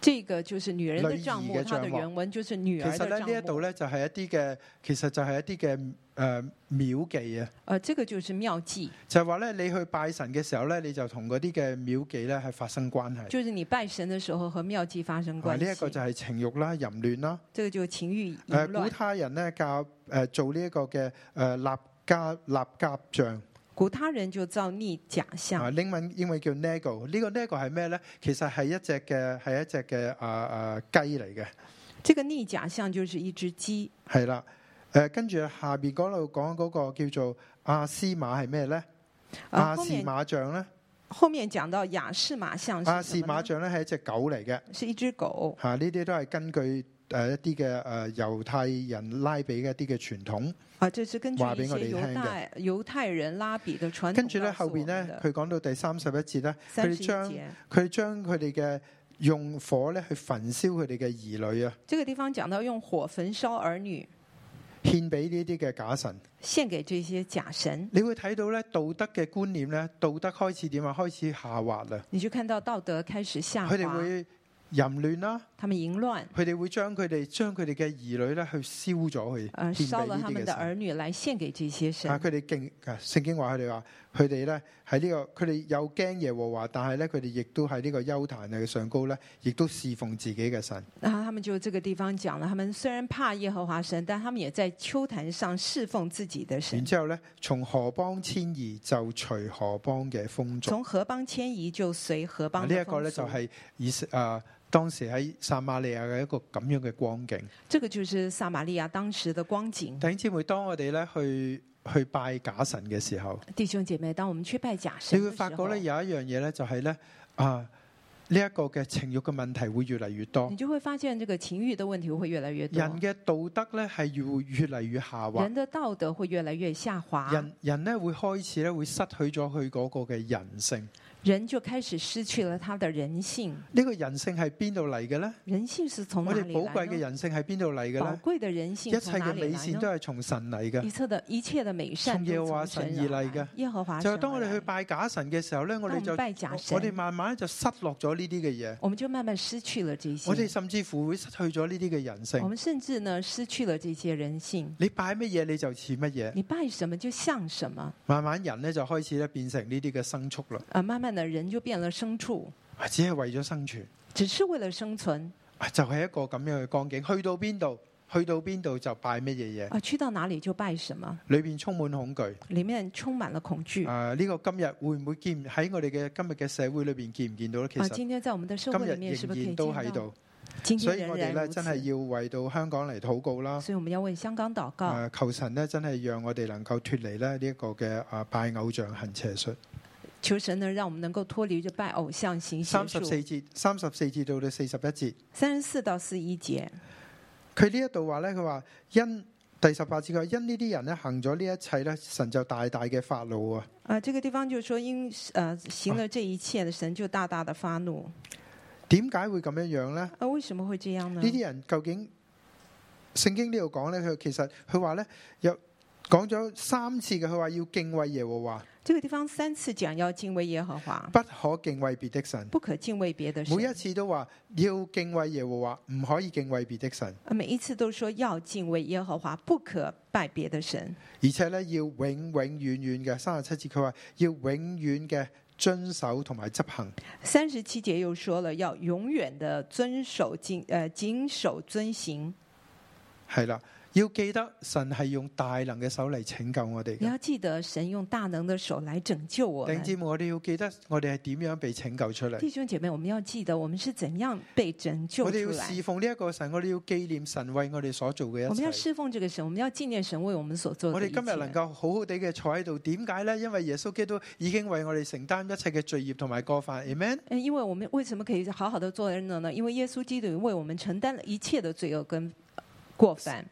C: 这个就是女人的
B: 女
C: 帐
B: 儿
C: 幕，它的
B: 嘅帐幕
C: 原文就是
B: 其
C: 女儿
B: 實
C: 的
B: 咧呢一
C: 帐
B: 度
C: 幕。
B: 咧就係一啲嘅，其實就係一啲嘅誒廟記啊，
C: 呃，这个就是妙计，
B: 就係話咧你去拜神嘅時候咧，你就同嗰啲嘅廟記咧係發生關係。
C: 就是你拜神的时候和妙计发生
B: 哎啊！
C: 关系。
B: 呢一個就係情慾啦、淫亂啦。
C: 这个就情欲淫
B: 誒，古
C: 乱。
B: 他人咧教誒做呢一個嘅誒立家立甲像。
C: 古他人就造逆假
B: 啊，
C: 象，
B: 英文英文叫 nego，呢個 nego 係咩咧？其實係一隻嘅係一隻嘅啊啊雞嚟嘅，
C: 这个逆假象就是一只鸡，
B: 係啦。誒、誒、跟住下邊嗰度講嗰個叫做亞斯馬係咩咧？
C: 啊
B: 亞
C: 後
B: 士
C: 面
B: 馬象咧，
C: 后面讲到雅士马像
B: 亞
C: 是
B: 士
C: 什么
B: 馬
C: 呢？
B: 象咧係一隻狗嚟嘅。
C: 是一只狗，
B: 嚇，啊呢啲都係根據誒一啲嘅誒猶太人拉比嘅一啲嘅傳統。
C: 啊，这是根据
B: 话俾
C: 一
B: 我哋
C: 些犹
B: 听嘅
C: 太犹太人拉比的传统
B: 跟住咧
C: 告诉
B: 後邊
C: 我们
B: 咧
C: 的，
B: 佢講到第三十一節咧，佢
C: 三
B: 哋
C: 十一
B: 將
C: 节，
B: 佢哋將佢哋嘅用火咧去焚燒佢哋嘅兒女啊，
C: 这个地方讲到用火焚烧儿女，
B: 獻俾呢啲嘅假神。
C: 献给这些假神，
B: 你會睇到咧道德嘅觀念咧，道德開始點啊？開始下滑啦。
C: 你就看到道德开始下滑
B: 佢，哋會淫亂啦，
C: 他们淫乱，
B: 佢哋會將佢哋將佢哋嘅兒女咧去燒咗去，
C: 呃，烧
B: 獻俾
C: 了
B: 呢
C: 他
B: 啲
C: 们
B: 嘅
C: 的
B: 神。
C: 儿女来献给这些神
B: 啊！。佢哋敬啊，聖經話佢哋話佢哋咧喺呢個佢哋有驚耶和華，但係咧佢哋亦都喺呢個丘壇嘅上高咧，亦都侍奉自己嘅神。
C: 那他们就这个地方讲了，他们虽然怕耶和华神，但他们也在秋坛上侍奉自己的
B: 然
C: 神。
B: 之後咧，從何邦遷移就隨何邦嘅風俗。
C: 从何邦遷移就随何
B: 啊
C: 邦
B: 呢
C: 的
B: 一個
C: 风
B: 咧
C: 俗
B: 就係以色啊當時喺撒瑪利亞嘅一個咁樣嘅光景。
C: 这个就是撒玛利亚当时的光景。
B: 弟兄姊妹，當我哋咧去去拜假神嘅時候，
C: 弟兄姐妹，当我们去拜假
B: 你
C: 神
B: 會
C: 的时
B: 發覺
C: 候，
B: 咧有一樣嘢咧就係咧啊呢一個嘅情慾嘅問題會越嚟越多
C: 你。就会发现这个情欲的问题会越来越多，
B: 人嘅道德咧係越越嚟越下滑
C: 人，的道德会越来越下滑，
B: 人人咧會開始咧會失去咗佢嗰個嘅人性。呢、
C: 人就开始失去了他的人性。
B: 個人性係邊度嚟嘅咧？
C: 人性是从哪
B: 我哋
C: 里
B: 寶貴
C: 来
B: 嘅
C: 呢？
B: 人性係邊度嚟嘅
C: 宝
B: 咧？
C: 贵的人性
B: 一切
C: 从哪
B: 嘅
C: 里
B: 美
C: 来
B: 善都
C: 呢？
B: 係從神嚟
C: 一
B: 嘅。
C: 切的一切的美善
B: 从
C: 都
B: 耶和
C: 从
B: 华
C: 神
B: 啊神而
C: 而
B: 来嘅
C: 耶和华
B: 就
C: 神
B: 係當我
C: 而
B: 哋去
C: 来。
B: 拜假神嘅時候咧，我哋
C: 当我
B: 就
C: 们拜假
B: 我
C: 神
B: 我哋慢慢就失落咗呢啲嘅嘢，
C: 我们就慢慢失去了这些
B: 我。哋甚至乎會失去咗呢啲嘅人
C: 我
B: 性。
C: 们甚至呢失去了这些人性。
B: 你拜乜嘢你就似乜嘢，
C: 你拜什么就像什么
B: 慢慢人咧就開始咧變成呢啲嘅牲畜啦，
C: 啊！慢慢的人就变了牲畜，
B: 啊只係為咗生存。
C: 只是为了生存
B: 啊就係一個咁樣嘅光景，去到邊度，去到邊度就拜乜嘢嘢，
C: 啊！去到哪里就拜什么，
B: 裏边充滿恐懼。
C: 里面充满了恐惧啊！
B: 啊，呢、個今日會唔會見喺我哋嘅今日嘅社會裏边見唔見到咧？其實
C: 啊今天在我们的社
B: 今
C: 会里面是
B: 日
C: 不
B: 仍
C: 是可以
B: 然都喺
C: 见到？
B: 度，
C: 今
B: 所
C: 天
B: 以
C: 仍
B: 我哋
C: 然
B: 咧
C: 如
B: 真係
C: 此。
B: 要為到香港嚟禱告啦。
C: 所以我们要为香港祷告，
B: 啊求神咧真係讓我哋能夠脱離咧呢一個嘅啊拜偶像行邪術。
C: 求神呢让我们能够脱离这拜偶像行邪
B: 三
C: 术
B: 十。四節，三十四節到到四十一節。
C: 三十四到四一节，
B: 佢呢一度話咧，佢話因第十八節佢話因呢啲人咧行咗呢一切咧，神就大大嘅發怒啊！
C: 啊，这个地方就说因呃行了这一切的神就大大的发怒。
B: 點解會咁樣樣咧？
C: 啊，为什么会这样呢
B: 呢？啲人究竟聖經呢度講咧，佢其實佢話咧有講咗三次嘅，佢話要敬畏耶和華，
C: 这个地方三次讲要敬畏耶和华，
B: 不可敬畏別的神。
C: 不可敬畏别的神。
B: 每一次都話要敬畏耶和華，唔可以敬畏別的神，
C: 啊每一次都说要敬畏耶和华，不可拜别的神，
B: 而且咧要永永遠遠嘅三十七節，佢話要永遠嘅遵守同埋執行。
C: 三十七节又说了，要永远的遵守谨呃谨守遵行。
B: 係啦，要記得神係用大能嘅手嚟拯救我哋
C: 你
B: 嘅。
C: 要记得，神用大能的手来拯救我
B: 弟兄
C: 们。
B: 姊妹，我哋要記得我哋係點樣被拯救出嚟。
C: 弟兄姐妹，我们要记得，我们是怎样被拯救
B: 我哋
C: 出
B: 要
C: 来
B: 侍。奉呢一個神，我哋要紀念神為我哋所做嘅
C: 我们要
B: 一切。
C: 侍奉这个神，我们要纪念神为我们所做
B: 我
C: 的
B: 哋
C: 一
B: 今日能
C: 切。
B: 夠好好地嘅坐喺度，點解呢？因為耶穌基督已經為我哋承擔一切嘅罪孽同埋過犯，amen。
C: 嗯，因为我们为什么可以好好的做人呢？呢，因为耶稣基督为我们承担了一切的罪恶跟呃过犯。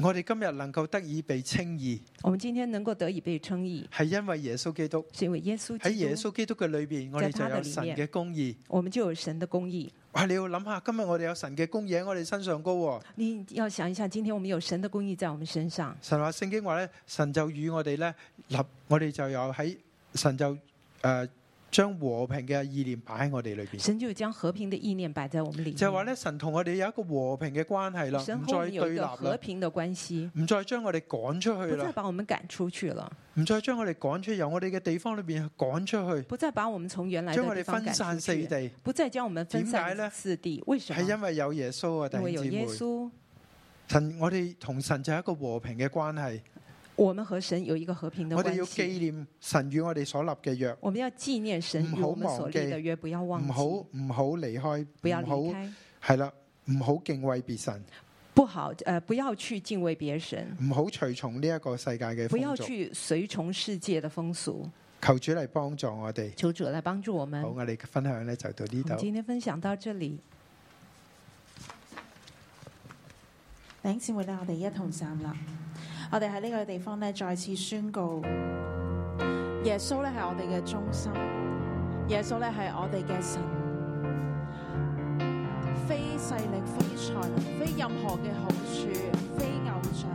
B: 我哋今日能夠得以被稱義，
C: 我们今天能够得以被称义，
B: 係因為耶穌基督。
C: 是因为耶稣
B: 喺耶
C: 基督，
B: 穌基督嘅裏边，我哋就
C: 在他
B: 有
C: 的
B: 神
C: 裡面
B: 嘅公義。
C: 我们就有神的公义。
B: 哇！你要諗下，今日我哋有神嘅公義喺我哋身上高喎。
C: 你要想一下，今天我们有神的公义在我们身上。
B: 神話聖經話咧，神就與我哋咧立，我哋就有喺神就诶将、將和平嘅意念擺喺我哋裏边。
C: 神就将和平的意念摆在我们里面，
B: 就係話咧，神同我哋有一個和平嘅關係啦，
C: 神
B: 唔
C: 和我
B: 再
C: 们有
B: 對
C: 一
B: 立
C: 个和
B: 啦，
C: 平的关系，
B: 唔再將我哋趕出去
C: 不再
B: 啦，
C: 把我们赶出去了，
B: 唔再將我哋趕出，由我哋嘅地方裏边趕出去，
C: 不再把我们从原来
B: 將
C: 的
B: 我
C: 地
B: 哋
C: 方
B: 分
C: 赶出
B: 散四
C: 去，
B: 地，
C: 不再将我们分
B: 點解呢
C: 散四地。为什
B: 係
C: 么？
B: 因為有耶穌啊，弟
C: 因为有耶
B: 兄姊妹。
C: 稣，
B: 神，我哋同神就係一個和平嘅關係，
C: 我们和神有一个和平的
B: 我哋
C: 关
B: 要紀
C: 系。
B: 念神與我哋所立嘅約，
C: 我们要纪念神
B: 唔
C: 与
B: 好
C: 我们所
B: 忘
C: 立
B: 記
C: 的约，不要忘
B: 唔
C: 记，
B: 好唔好離
C: 不要
B: 開，
C: 离
B: 唔
C: 开，
B: 好係啦，唔好敬畏別神。
C: 不好，呃，不要去敬畏别神，
B: 唔好隨從呢一個世界嘅
C: 不要
B: 風俗。
C: 去随从世界的风俗。
B: 求主嚟幫助我哋。
C: 求主来帮助我们。
B: 好，我哋嘅分享咧就到呢
C: 我们
B: 度。
C: 今天分享到这里，
D: 弟兄姊妹咧，我哋一同站立，我哋喺呢個地方咧，再次宣告，耶穌咧係我哋嘅中心，耶穌咧係我哋嘅神，非勢力、非才能、非任何嘅好處、非偶像，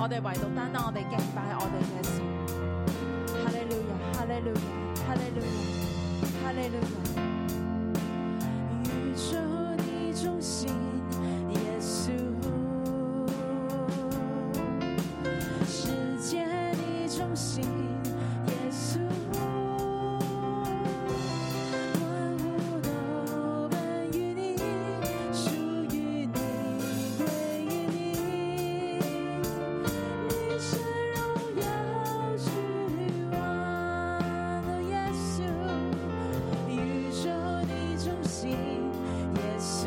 D: 我哋唯獨單單我哋敬拜我哋嘅神。哈利路亞，哈利路亞，哈利路亞，哈利路亞。宇宙的中心，耶稣，世界的中心，耶稣，万物都本于你，属于你，归于你，你是荣耀之王，哦耶稣。宇宙的中心，耶稣。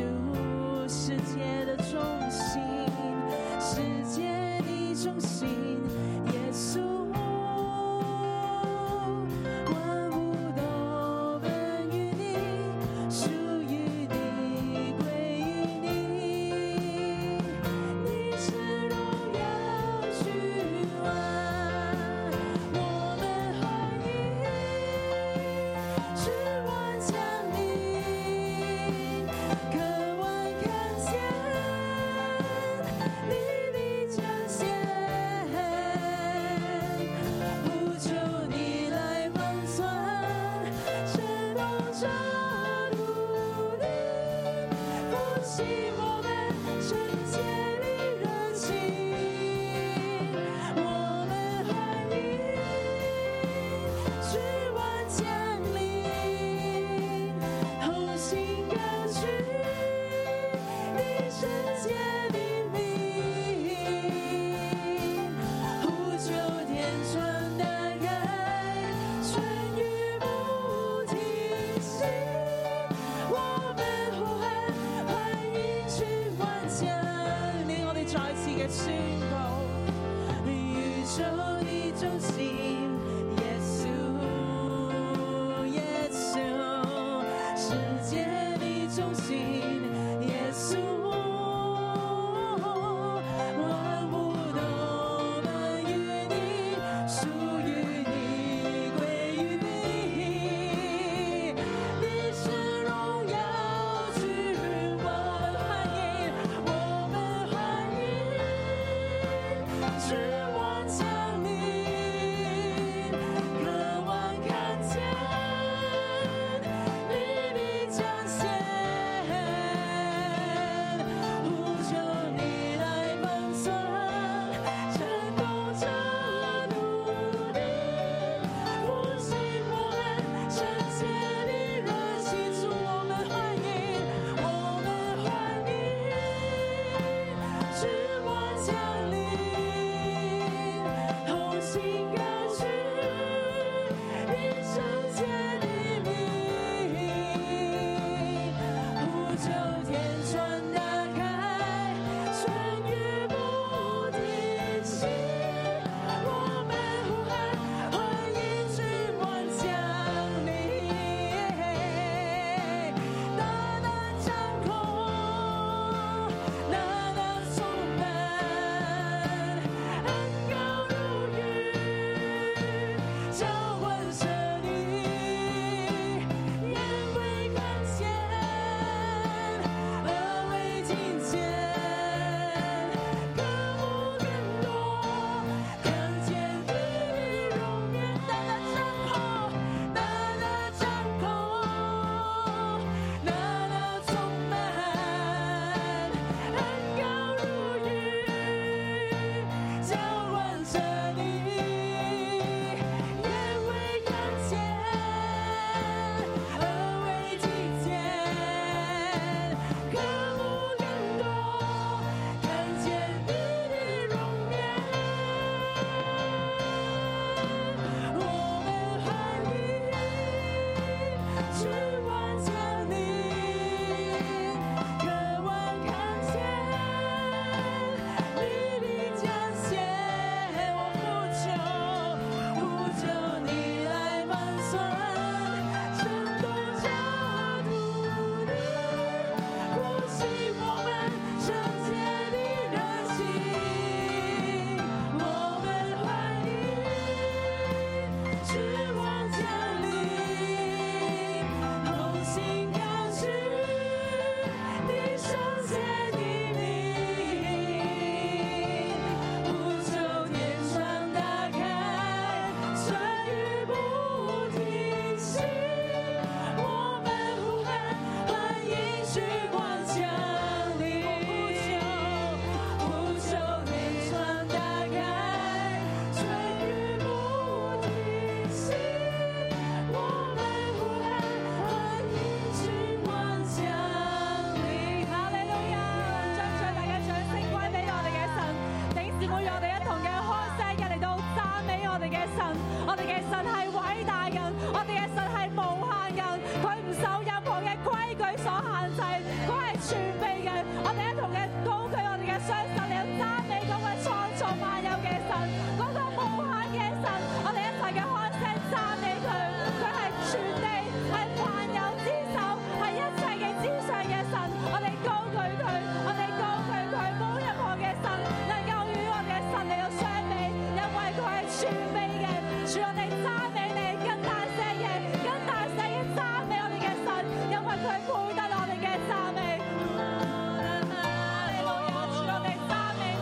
E: 啊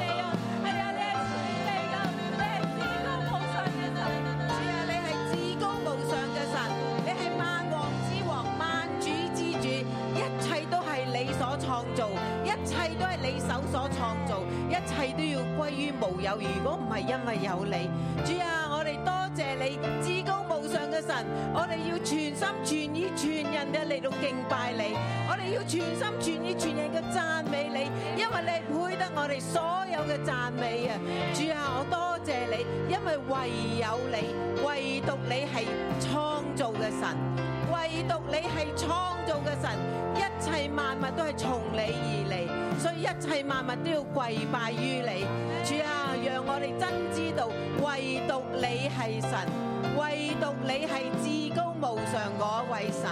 E: 無有，如果唔係因為有你，主啊，我哋多謝你至高無上嘅神，我哋要全心全意全人嘅嚟到敬拜你，我哋要全心全意全人嘅讚美你，因為你配得我哋所有嘅讚美啊！主啊，我多謝你，因為唯有你，唯獨你係創造嘅神，唯獨你係創造嘅神，一切萬物都係從你而嚟，所以一切萬物都要跪拜於你。主啊，讓我哋真知道，唯獨你係神，唯獨你係至高無上嗰位神。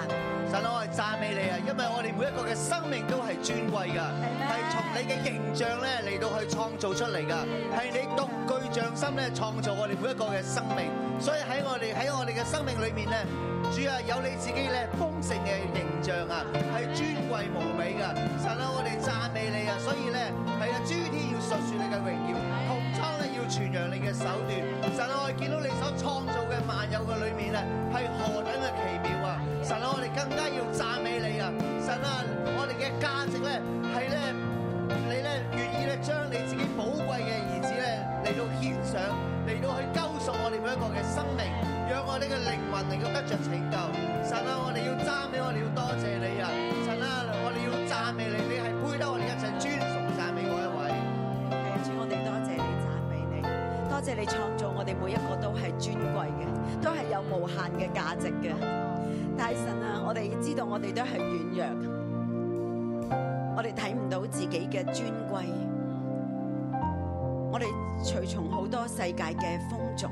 F: 神啊，我係讚美你啊，因為我哋每一個嘅生命都係尊貴噶，係從你嘅形象咧嚟到去創造出嚟噶，係你獨具匠心咧創造我哋每一個嘅生命，所以喺我哋喺我哋嘅生命裏面咧，主啊有你自己咧豐盛嘅形象啊，係尊貴無比噶，神啊，我哋讚美你啊，所以咧係啊，諸天要述說你嘅榮耀，穹蒼咧要傳揚你嘅手段，神啊，我哋見到你所創造嘅萬有嘅裏面咧係何等嘅奇妙啊！神啊，我哋更加要讚美你啊！神啊，我哋嘅價值咧係咧，你咧願意咧將你自己寶貴嘅兒子咧嚟到獻上，嚟到去救贖我哋每一個嘅生命，讓我哋嘅靈魂能夠得着拯救。神啊，我哋要讚美，我哋要多謝你啊！神啊，我哋要讚美你，你係配得我哋一切尊崇讚美嗰一位。
G: 係啊，主，我哋多謝你讚美你，多謝你創造我哋每一個都係尊貴嘅，都係有無限嘅價值嘅。但係神啊，我哋知道我哋都係軟弱，我哋睇唔到自己嘅尊貴，我哋隨從好多世界嘅風俗。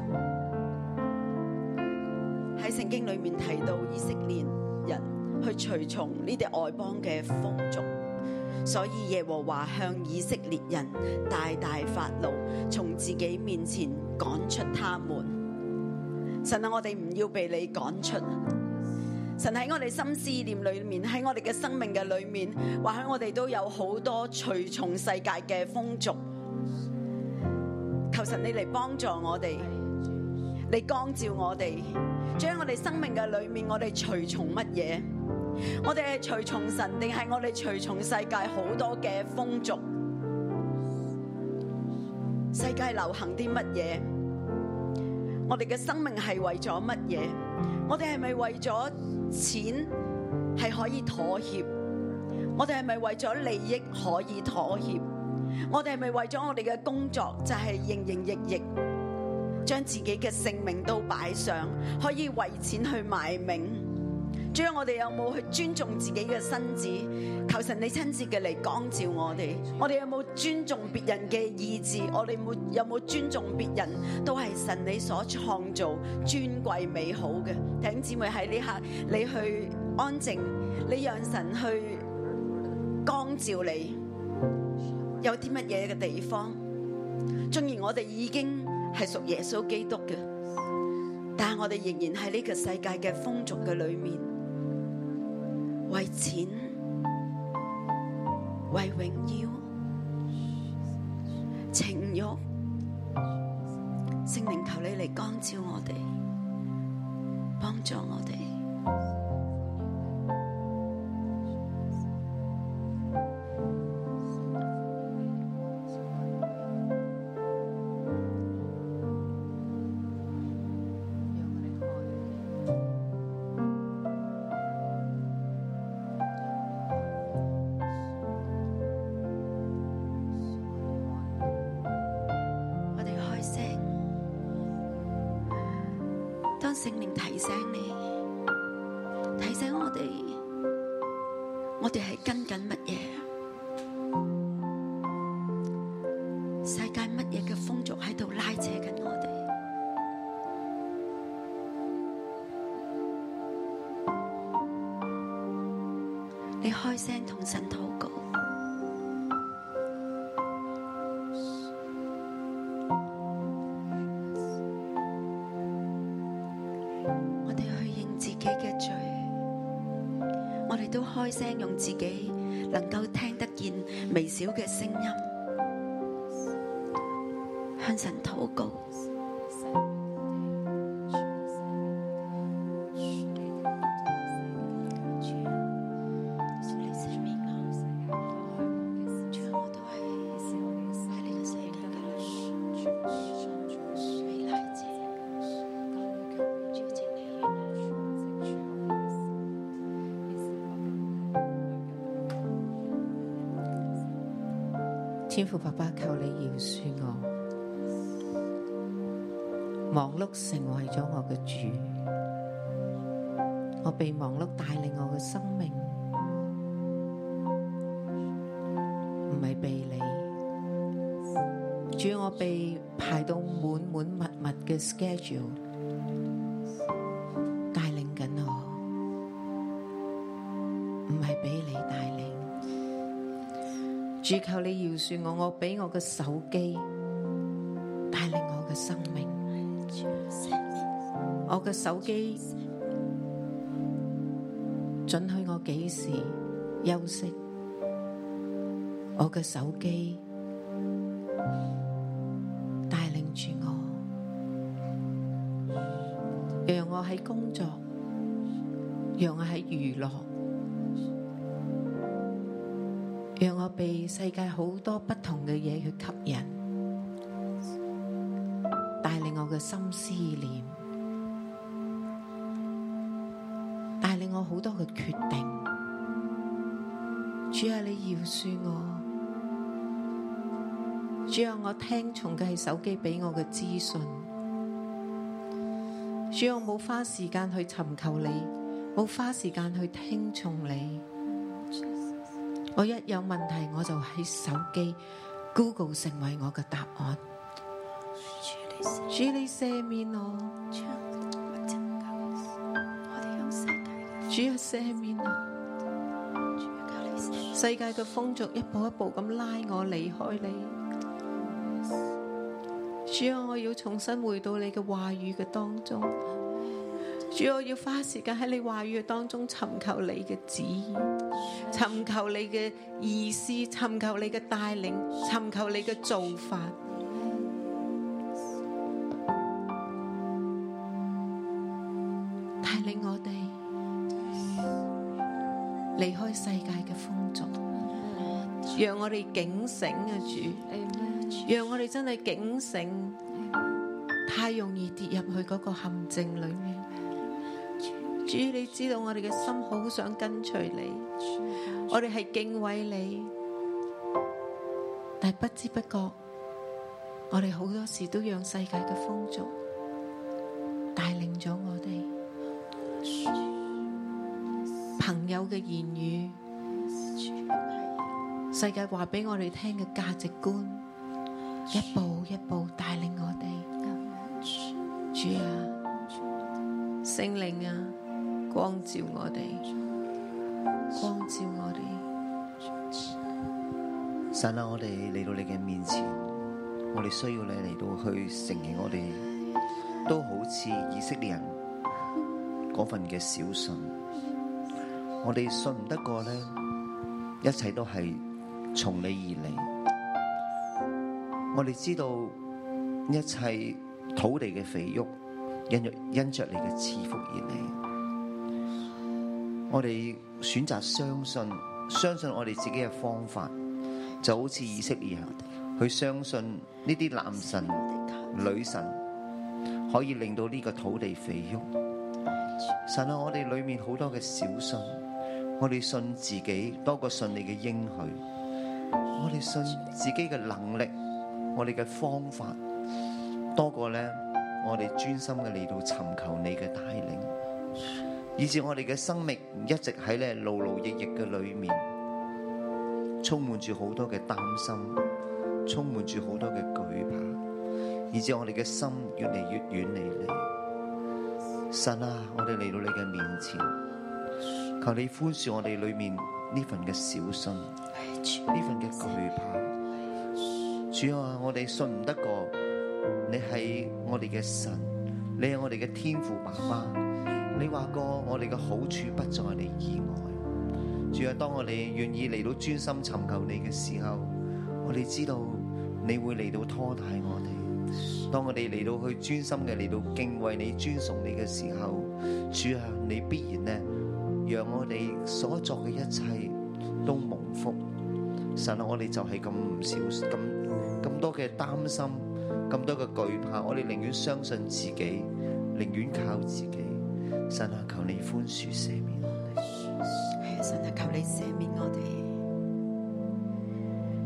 G: 喺聖經裏面提到以色列人去隨從呢啲外邦嘅風俗。所以耶和華向以色列人大大發怒，從自己面前趕出他們。神啊，我哋唔要被你趕出。神喺我哋心思念裏面，喺我哋嘅生命嘅裏面，或許我哋都有好多隨從世界嘅風俗。求神你嚟幫助我哋，你光照我哋，將我哋生命嘅裏面，我哋隨從乜嘢？我哋係隨從神，定係我哋隨從世界好多嘅風俗？世界流行啲乜嘢？我哋嘅生命係為咗乜嘢？我哋係咪為咗錢係可以妥協？我哋係咪為咗利益可以妥協？我哋係咪為咗我哋嘅工作就係營營役役，將自己嘅性命都擺上，可以為錢去賣命？主啊，我哋有冇去尊重自己嘅身子？求神你親切嘅嚟光照我哋。我哋有冇尊重別人嘅意志？我哋冇有冇尊重別人？都係神你所創造尊貴美好嘅。弟兄姊妹喺呢刻，你去安靜，你讓神去光照你。有啲乜嘢嘅地方？縱然我哋已經係屬耶穌基督嘅。但係我哋仍然喺呢個世界嘅風俗嘅裏面，為錢、為榮耀、情欲，聖靈求你嚟光照我哋，幫助我哋。我哋開聲，當聖靈提醒你，提醒我哋，我哋係跟緊乜嘢？世界乜嘢嘅風俗喺度拉扯緊我哋？你開聲同神禱告。我哋去認自己嘅罪，我哋都開聲用自己能夠聽得見微小嘅聲音，向神禱告。主啊我都係喺呢個世界嘅
H: 天父爸爸，求你饶恕我，忙碌成為咗我嘅主，我被忙碌帶領我嘅生命，唔係被你。主，我被排到滿滿密密嘅 schedule 帶領緊我，唔係俾你帶領。主求你饶恕我，我俾我嘅手機帶領我嘅生命，我嘅手機准許我幾時休息，我嘅手機帶領住我，讓我喺工作，讓我喺娛樂。让我被世界好多不同嘅嘢去吸引，帶領我嘅心思意念，帶領我好多嘅決定。主啊，你饒恕我。主啊，我聽從嘅係手機俾我嘅資訊。主啊，我冇花時間去尋求你，冇花時間去聽從你。我一有問題我就喺手機 Google 成為我嘅答案。主你赦免我，主啊赦免我。世界嘅風俗一步一步咁拉我離開你。主啊，我要重新回到你嘅話語嘅當中。主啊，我要花時間喺你話語嘅當中尋求你嘅旨意。尋求你嘅意思，尋求你嘅帶領，尋求你嘅做法。帶領我哋離開世界嘅風俗，讓我哋警醒啊主，讓我哋真係警醒，太容易跌入去嗰個陷阱裏面。主，你知道我哋嘅心好想跟隨你。我哋係敬畏你，但係不知不覺，我哋好多時都讓世界嘅風俗帶領咗我哋。朋友嘅言語，世界話俾我哋聽嘅價值觀，一步一步帶領我哋。主啊，聖靈啊，光照我哋，光照我哋。
I: 神啊，我哋嚟到你嘅面前，我哋需要你嚟到去承認我哋都好似以色列人嗰份嘅小信，我哋信唔得過咧，一切都係從你而嚟。我哋知道一切土地嘅肥沃，因着因着你嘅賜福而嚟。我哋選擇相信，相信我哋自己嘅方法。就好似以色列人，佢相信呢啲男神、女神可以令到呢個土地肥沃。神啊，我哋裏面好多嘅小信，我哋信自己多過信你嘅應許，我哋信自己嘅能力，我哋嘅方法多過咧，我哋專心嘅嚟到尋求你嘅帶領，以至我哋嘅生命一直喺咧勞勞役役嘅裏面。充滿住好多嘅擔心，充滿住好多嘅懼怕，以至我哋嘅心越嚟越遠離你。神啊，我哋嚟到你嘅面前，求你寬恕我哋裏面呢份嘅小信，呢份嘅懼怕。主啊，我哋信唔得過，你係我哋嘅神，你係我哋嘅天父爸爸。你話過我哋嘅好處不在你以外。主啊，當我哋願意嚟到專心尋求你嘅時候，我哋知道你會嚟到拖帶我哋。當我哋嚟到去專心嘅嚟到敬畏你、尊崇你嘅時候，主啊，你必然呢，讓我哋所作嘅一切都蒙福。神啊，我哋就係咁唔少咁咁多嘅擔心，咁多嘅懼怕，我哋寧願相信自己，寧願靠自己。神啊，求你寬恕赦免我哋。
G: 神啊，求你赦免我哋。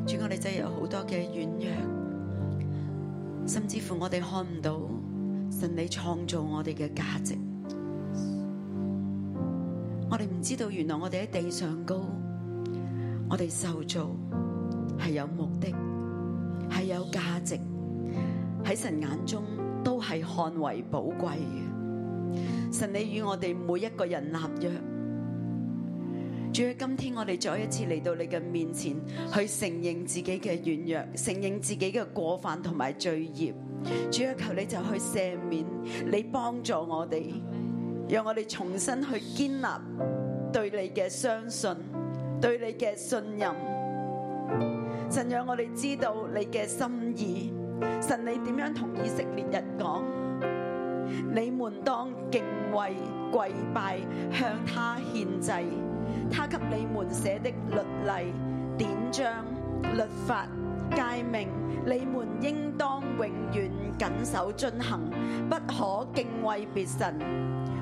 G: 主主，我哋真係有好多嘅軟弱，甚至乎我哋看唔到神你創造我哋嘅價值。我哋唔知道，原來我哋喺地上高，我哋受造係有目的，係有價值，喺神眼中都係看為寶貴嘅。神你與我哋每一個人立約。主喺今天我哋再一次嚟到你嘅面前，去承認自己嘅軟弱，承認自己嘅過犯同埋罪孽。主啊，求你就去赦免，你幫助我哋，讓我哋重新去建立對你嘅相信，對你嘅信任。神讓我哋知道你嘅心意，神你點樣同以色列人講？你們當敬畏跪拜，向他獻祭。他給你們寫的律例、典章、律法、誡命，你們應當永遠謹守遵行，不可敬畏別神。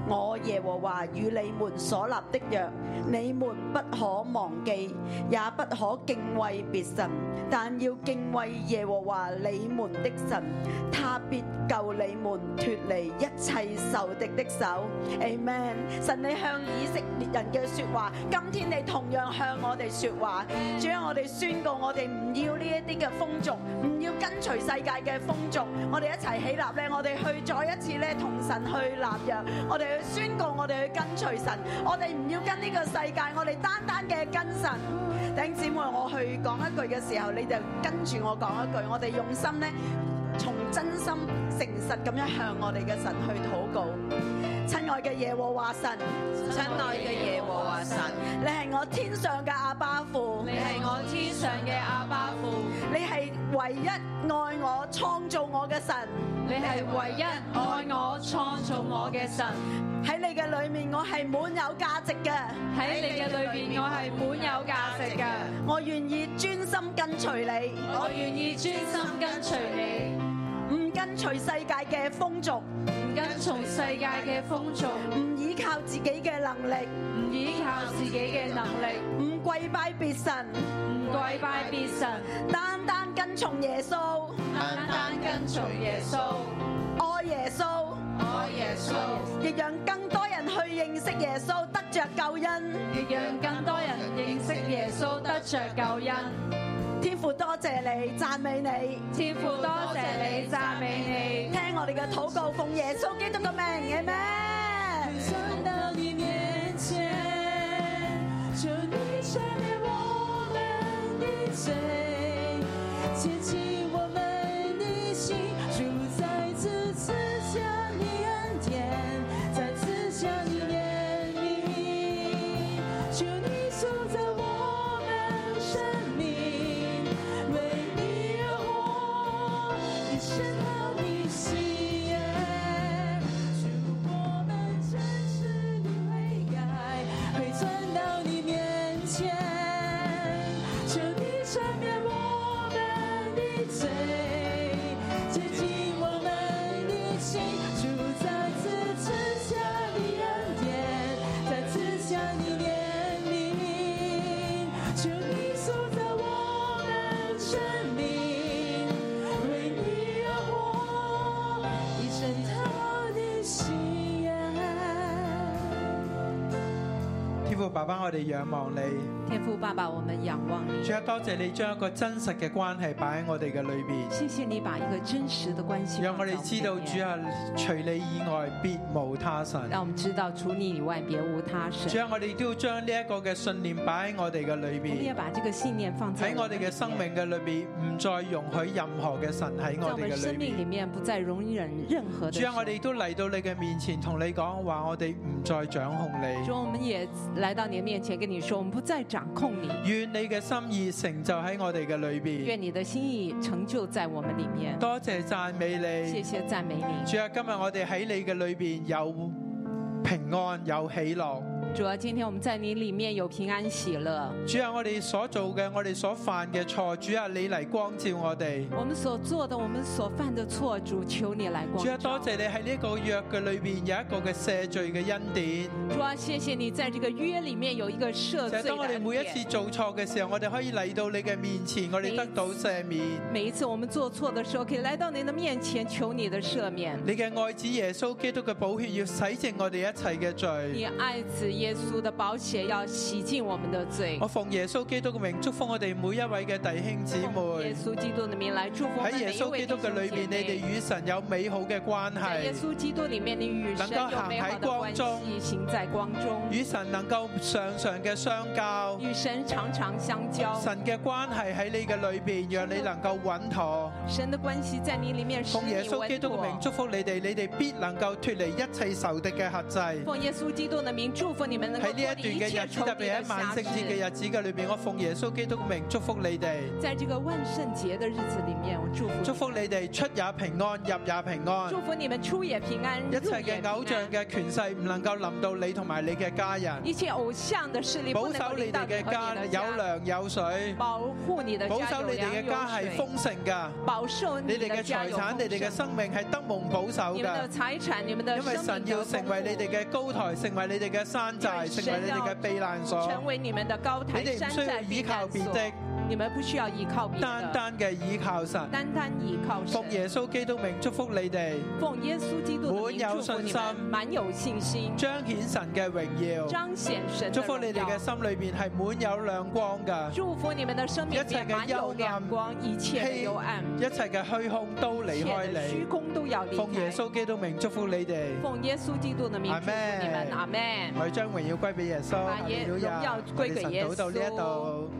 G: 我耶和華與你們所立的約，你們不可忘記，也不可敬畏別神，但要敬畏耶和華你們的神，他必救你們脱離一切仇敵的手。Amen。神你向以色列人嘅說話，今天你同樣向我哋說話。主啊，我哋宣告，我哋唔要呢一啲嘅風俗，唔要跟隨世界嘅風俗。我哋一齊起立咧，我哋去再一次咧同神去立約，我哋去宣告，我哋去跟隨神，我哋唔要跟呢個世界，我哋單單嘅跟神。弟兄姊妹，我去講一句嘅時候，你就跟住我講一句，我哋用心咧，從真心誠實咁樣向我哋嘅神去禱告。親愛嘅耶和華神，
D: 親愛嘅耶和華神，
G: 你係我天上嘅阿爸父，
D: 你係我天上嘅阿爸父，
G: 你係唯一愛我、創造我嘅神。
D: 你係唯一愛我、創造我嘅神。
G: 喺你嘅裏面，我係滿有價值嘅，
D: 喺你嘅裏邊，我係滿有價值嘅。
G: 我願意專心跟隨你，
D: 我願意專心跟隨你，
G: 唔跟隨世界嘅風俗，
D: 唔跟從世界嘅風俗，
G: 唔依靠自己嘅能力，
D: 唔依靠自己嘅能力，
G: 唔跪拜別神，
D: 唔跪拜別神，
G: 單單跟從耶穌，
D: 單單跟隨耶穌，
G: 愛耶穌，
D: 愛耶穌。
G: 亦讓更多人去認識耶穌，得着救恩。
D: 亦讓更多人認識耶穌，得着救恩。
G: 天父多謝你，讚美你，
D: 天父多謝你，讚美你。
G: 聽我哋嘅禱告，奉耶穌基督嘅名，阿咩？
D: 上到你面前，求你赦免我們的罪，牽起我們的心，主再次賜下你恩典，再次賜下你憐憫，求你塑造我們生命，為你而活，一生討你喜愛，祝我們真實的悔改，回轉到你面前，求你赦免我們的罪，潔淨我們的心，主再次賜下你恩典，再次向你憐憫，求你塑造我們生命，為你而活，一生討你喜愛。
B: 天父爸爸，我哋仰望你，
C: 天父爸爸，我们仰望你，
B: 主啊，多謝你將一個真實嘅關係擺喺我哋嘅裏邊，
C: 谢谢你把一个真实的关系
B: 讓
C: 放
B: 我
C: 在
B: 哋
C: 们
B: 知道
C: 里面
B: 主，啊，除你以外別無他神。
C: 让我们知道除你以外别无他
B: 主
C: 神。
B: 啊，我哋都要將呢一個嘅信念擺喺我哋嘅裏
C: 我们
B: 邊
C: 要。把这个信念放在
B: 喺我哋
C: 里
B: 嘅
C: 面
B: 生命嘅裏邊，唔再容許任何嘅神喺
C: 在
B: 我
C: 我
B: 哋
C: 们
B: 嘅
C: 生
B: 裏
C: 命里
B: 邊。
C: 面不再容忍任何的
B: 主啊，我
C: 神
B: 哋都嚟到你嘅面前，同你講話，我哋唔再掌控
C: 主
B: 你。
C: 啊我们也来到你的面前，跟你说，我们不再掌控你，
B: 願你嘅心意成就喺我哋嘅裏邊。
C: 愿你的心意成就在我们里面。
B: 多謝讚美
C: 谢
B: 你，
C: 谢赞美你，
B: 主啊！今日我哋喺你嘅裏邊有平安，有喜樂。
C: 主啊，今天我们在你里面有平安喜乐。
B: 主啊，我哋所做嘅，我哋所犯嘅錯，主啊，你嚟光照我哋。
C: 我们所做的，我们所犯的错，主求你来光
B: 主啊，
C: 照。
B: 多謝你喺呢個約嘅裏边有一個嘅赦罪嘅恩典。
C: 主啊，谢谢你在这个约里面有一个赦
B: 就
C: 罪
B: 係
C: 的
B: 當我哋
C: 恩
B: 每一
C: 典
B: 次做錯嘅時候，我哋可以嚟到你嘅面前，我哋得到赦免。
C: 每一次我们做错的时候，可以来到您的面前求你的赦免。
B: 你嘅愛子耶穌基督嘅寶血要洗淨我哋一切嘅
C: 你
B: 罪。
C: 爱子耶稣的宝血要洗净我们的罪
B: 我。奉耶穌基督嘅名祝福我哋每一位嘅弟兄姊
C: 耶
B: 妹。
C: 稣基督的名来祝福我们
B: 喺耶
C: 每一
B: 穌
C: 位
B: 基督
C: 弟
B: 嘅
C: 兄
B: 裏
C: 姐
B: 面，你
C: 妹
B: 哋。與神有美好嘅關
C: 在耶
B: 係，
C: 稣基督里面，你与神
B: 能够
C: 有
B: 行
C: 美好
B: 喺
C: 的
B: 光
C: 关系
B: 中，
C: 行在光中，
B: 與神能夠常常嘅相交。
C: 与神常常相交。
B: 神嘅關係喺你嘅裏边，讓你能夠穩妥。
C: 神的关系在你里面使
B: 奉耶
C: 你
B: 穌基
C: 稳
B: 督嘅名
C: 妥。
B: 祝福你哋，你哋必能夠脱離一切仇敵嘅轄制。
C: 奉耶稣基督的名祝福你们能够
B: 喺呢
C: 脱
B: 一
C: 离一
B: 段嘅
C: 切
B: 日子，
C: 仇
B: 特
C: 敌
B: 別
C: 的
B: 喺萬
C: 辖
B: 聖節
C: 制。
B: 嘅日子嘅裏边，我奉耶穌基督嘅名祝福你哋，
C: 在这个万圣节的日子里面，我祝福你
B: 祝福你哋出也平安，入也平安
C: 祝。福你们出也平安，
B: 一
C: 入也
B: 切
C: 平
B: 嘅
C: 安
B: 偶像嘅權勢唔能夠臨到你同埋你嘅家人。
C: 一切偶像的势力
B: 保
C: 不能够
B: 守
C: 领
B: 你
C: 导
B: 哋
C: 你
B: 嘅
C: 和
B: 家
C: 你的
B: 有
C: 家，
B: 糧有水，
C: 保护你的
B: 保
C: 家
B: 守
C: 有
B: 你
C: 粮
B: 哋嘅家
C: 有
B: 係
C: 水，
B: 豐盛㗎。
C: 保守
B: 你
C: 你
B: 哋嘅
C: 的家
B: 財
C: 有
B: 產、你
C: 丰
B: 哋嘅
C: 盛。
B: 生命係得蒙保守
C: 你们
B: 㗎
C: 的。财产、你们的
B: 因為
C: 生
B: 神
C: 命
B: 要
C: 要
B: 成為你哋嘅高台，成為你哋嘅山寨，成為你哋嘅避難所。
C: 成为你们的高台
B: 你哋唔
C: 山
B: 需要
C: 寨
B: 依
C: 避
B: 靠
C: 难
B: 別
C: 所。
B: 的，
C: 你们不需要依靠别的，
B: 單單嘅依靠神。
C: 单单依靠神
B: 奉。耶穌基督名祝福你哋，
C: 奉耶稣基督的
B: 满
C: 名
B: 有
C: 祝福你
B: 信
C: 们，
B: 心
C: 满有信心，
B: 彰顯神嘅榮耀。
C: 彰顯神
B: 祝
C: 的
B: 福
C: 荣
B: 你哋
C: 耀
B: 嘅。心裏边係滿有亮光㗎，
C: 祝福你们的生命
B: 一
C: 里
B: 切
C: 面
B: 嘅
C: 满有
B: 幽暗
C: 亮光，一切的
B: 欺
C: 幽暗，
B: 一切嘅虛空都
C: 一
B: 離
C: 切
B: 開
C: 的虚
B: 你。
C: 空都要离
B: 奉耶
C: 开。
B: 穌基督名祝福你哋，
C: 奉耶稣基督的名祝福你们，阿门。
B: 我哋將榮耀歸俾耶穌。
C: 把耶
B: 哈利路亞
C: 榮耀歸
B: 我哋
C: 給
B: 神
C: 耶
B: 禱到呢一
C: 穌
B: 度。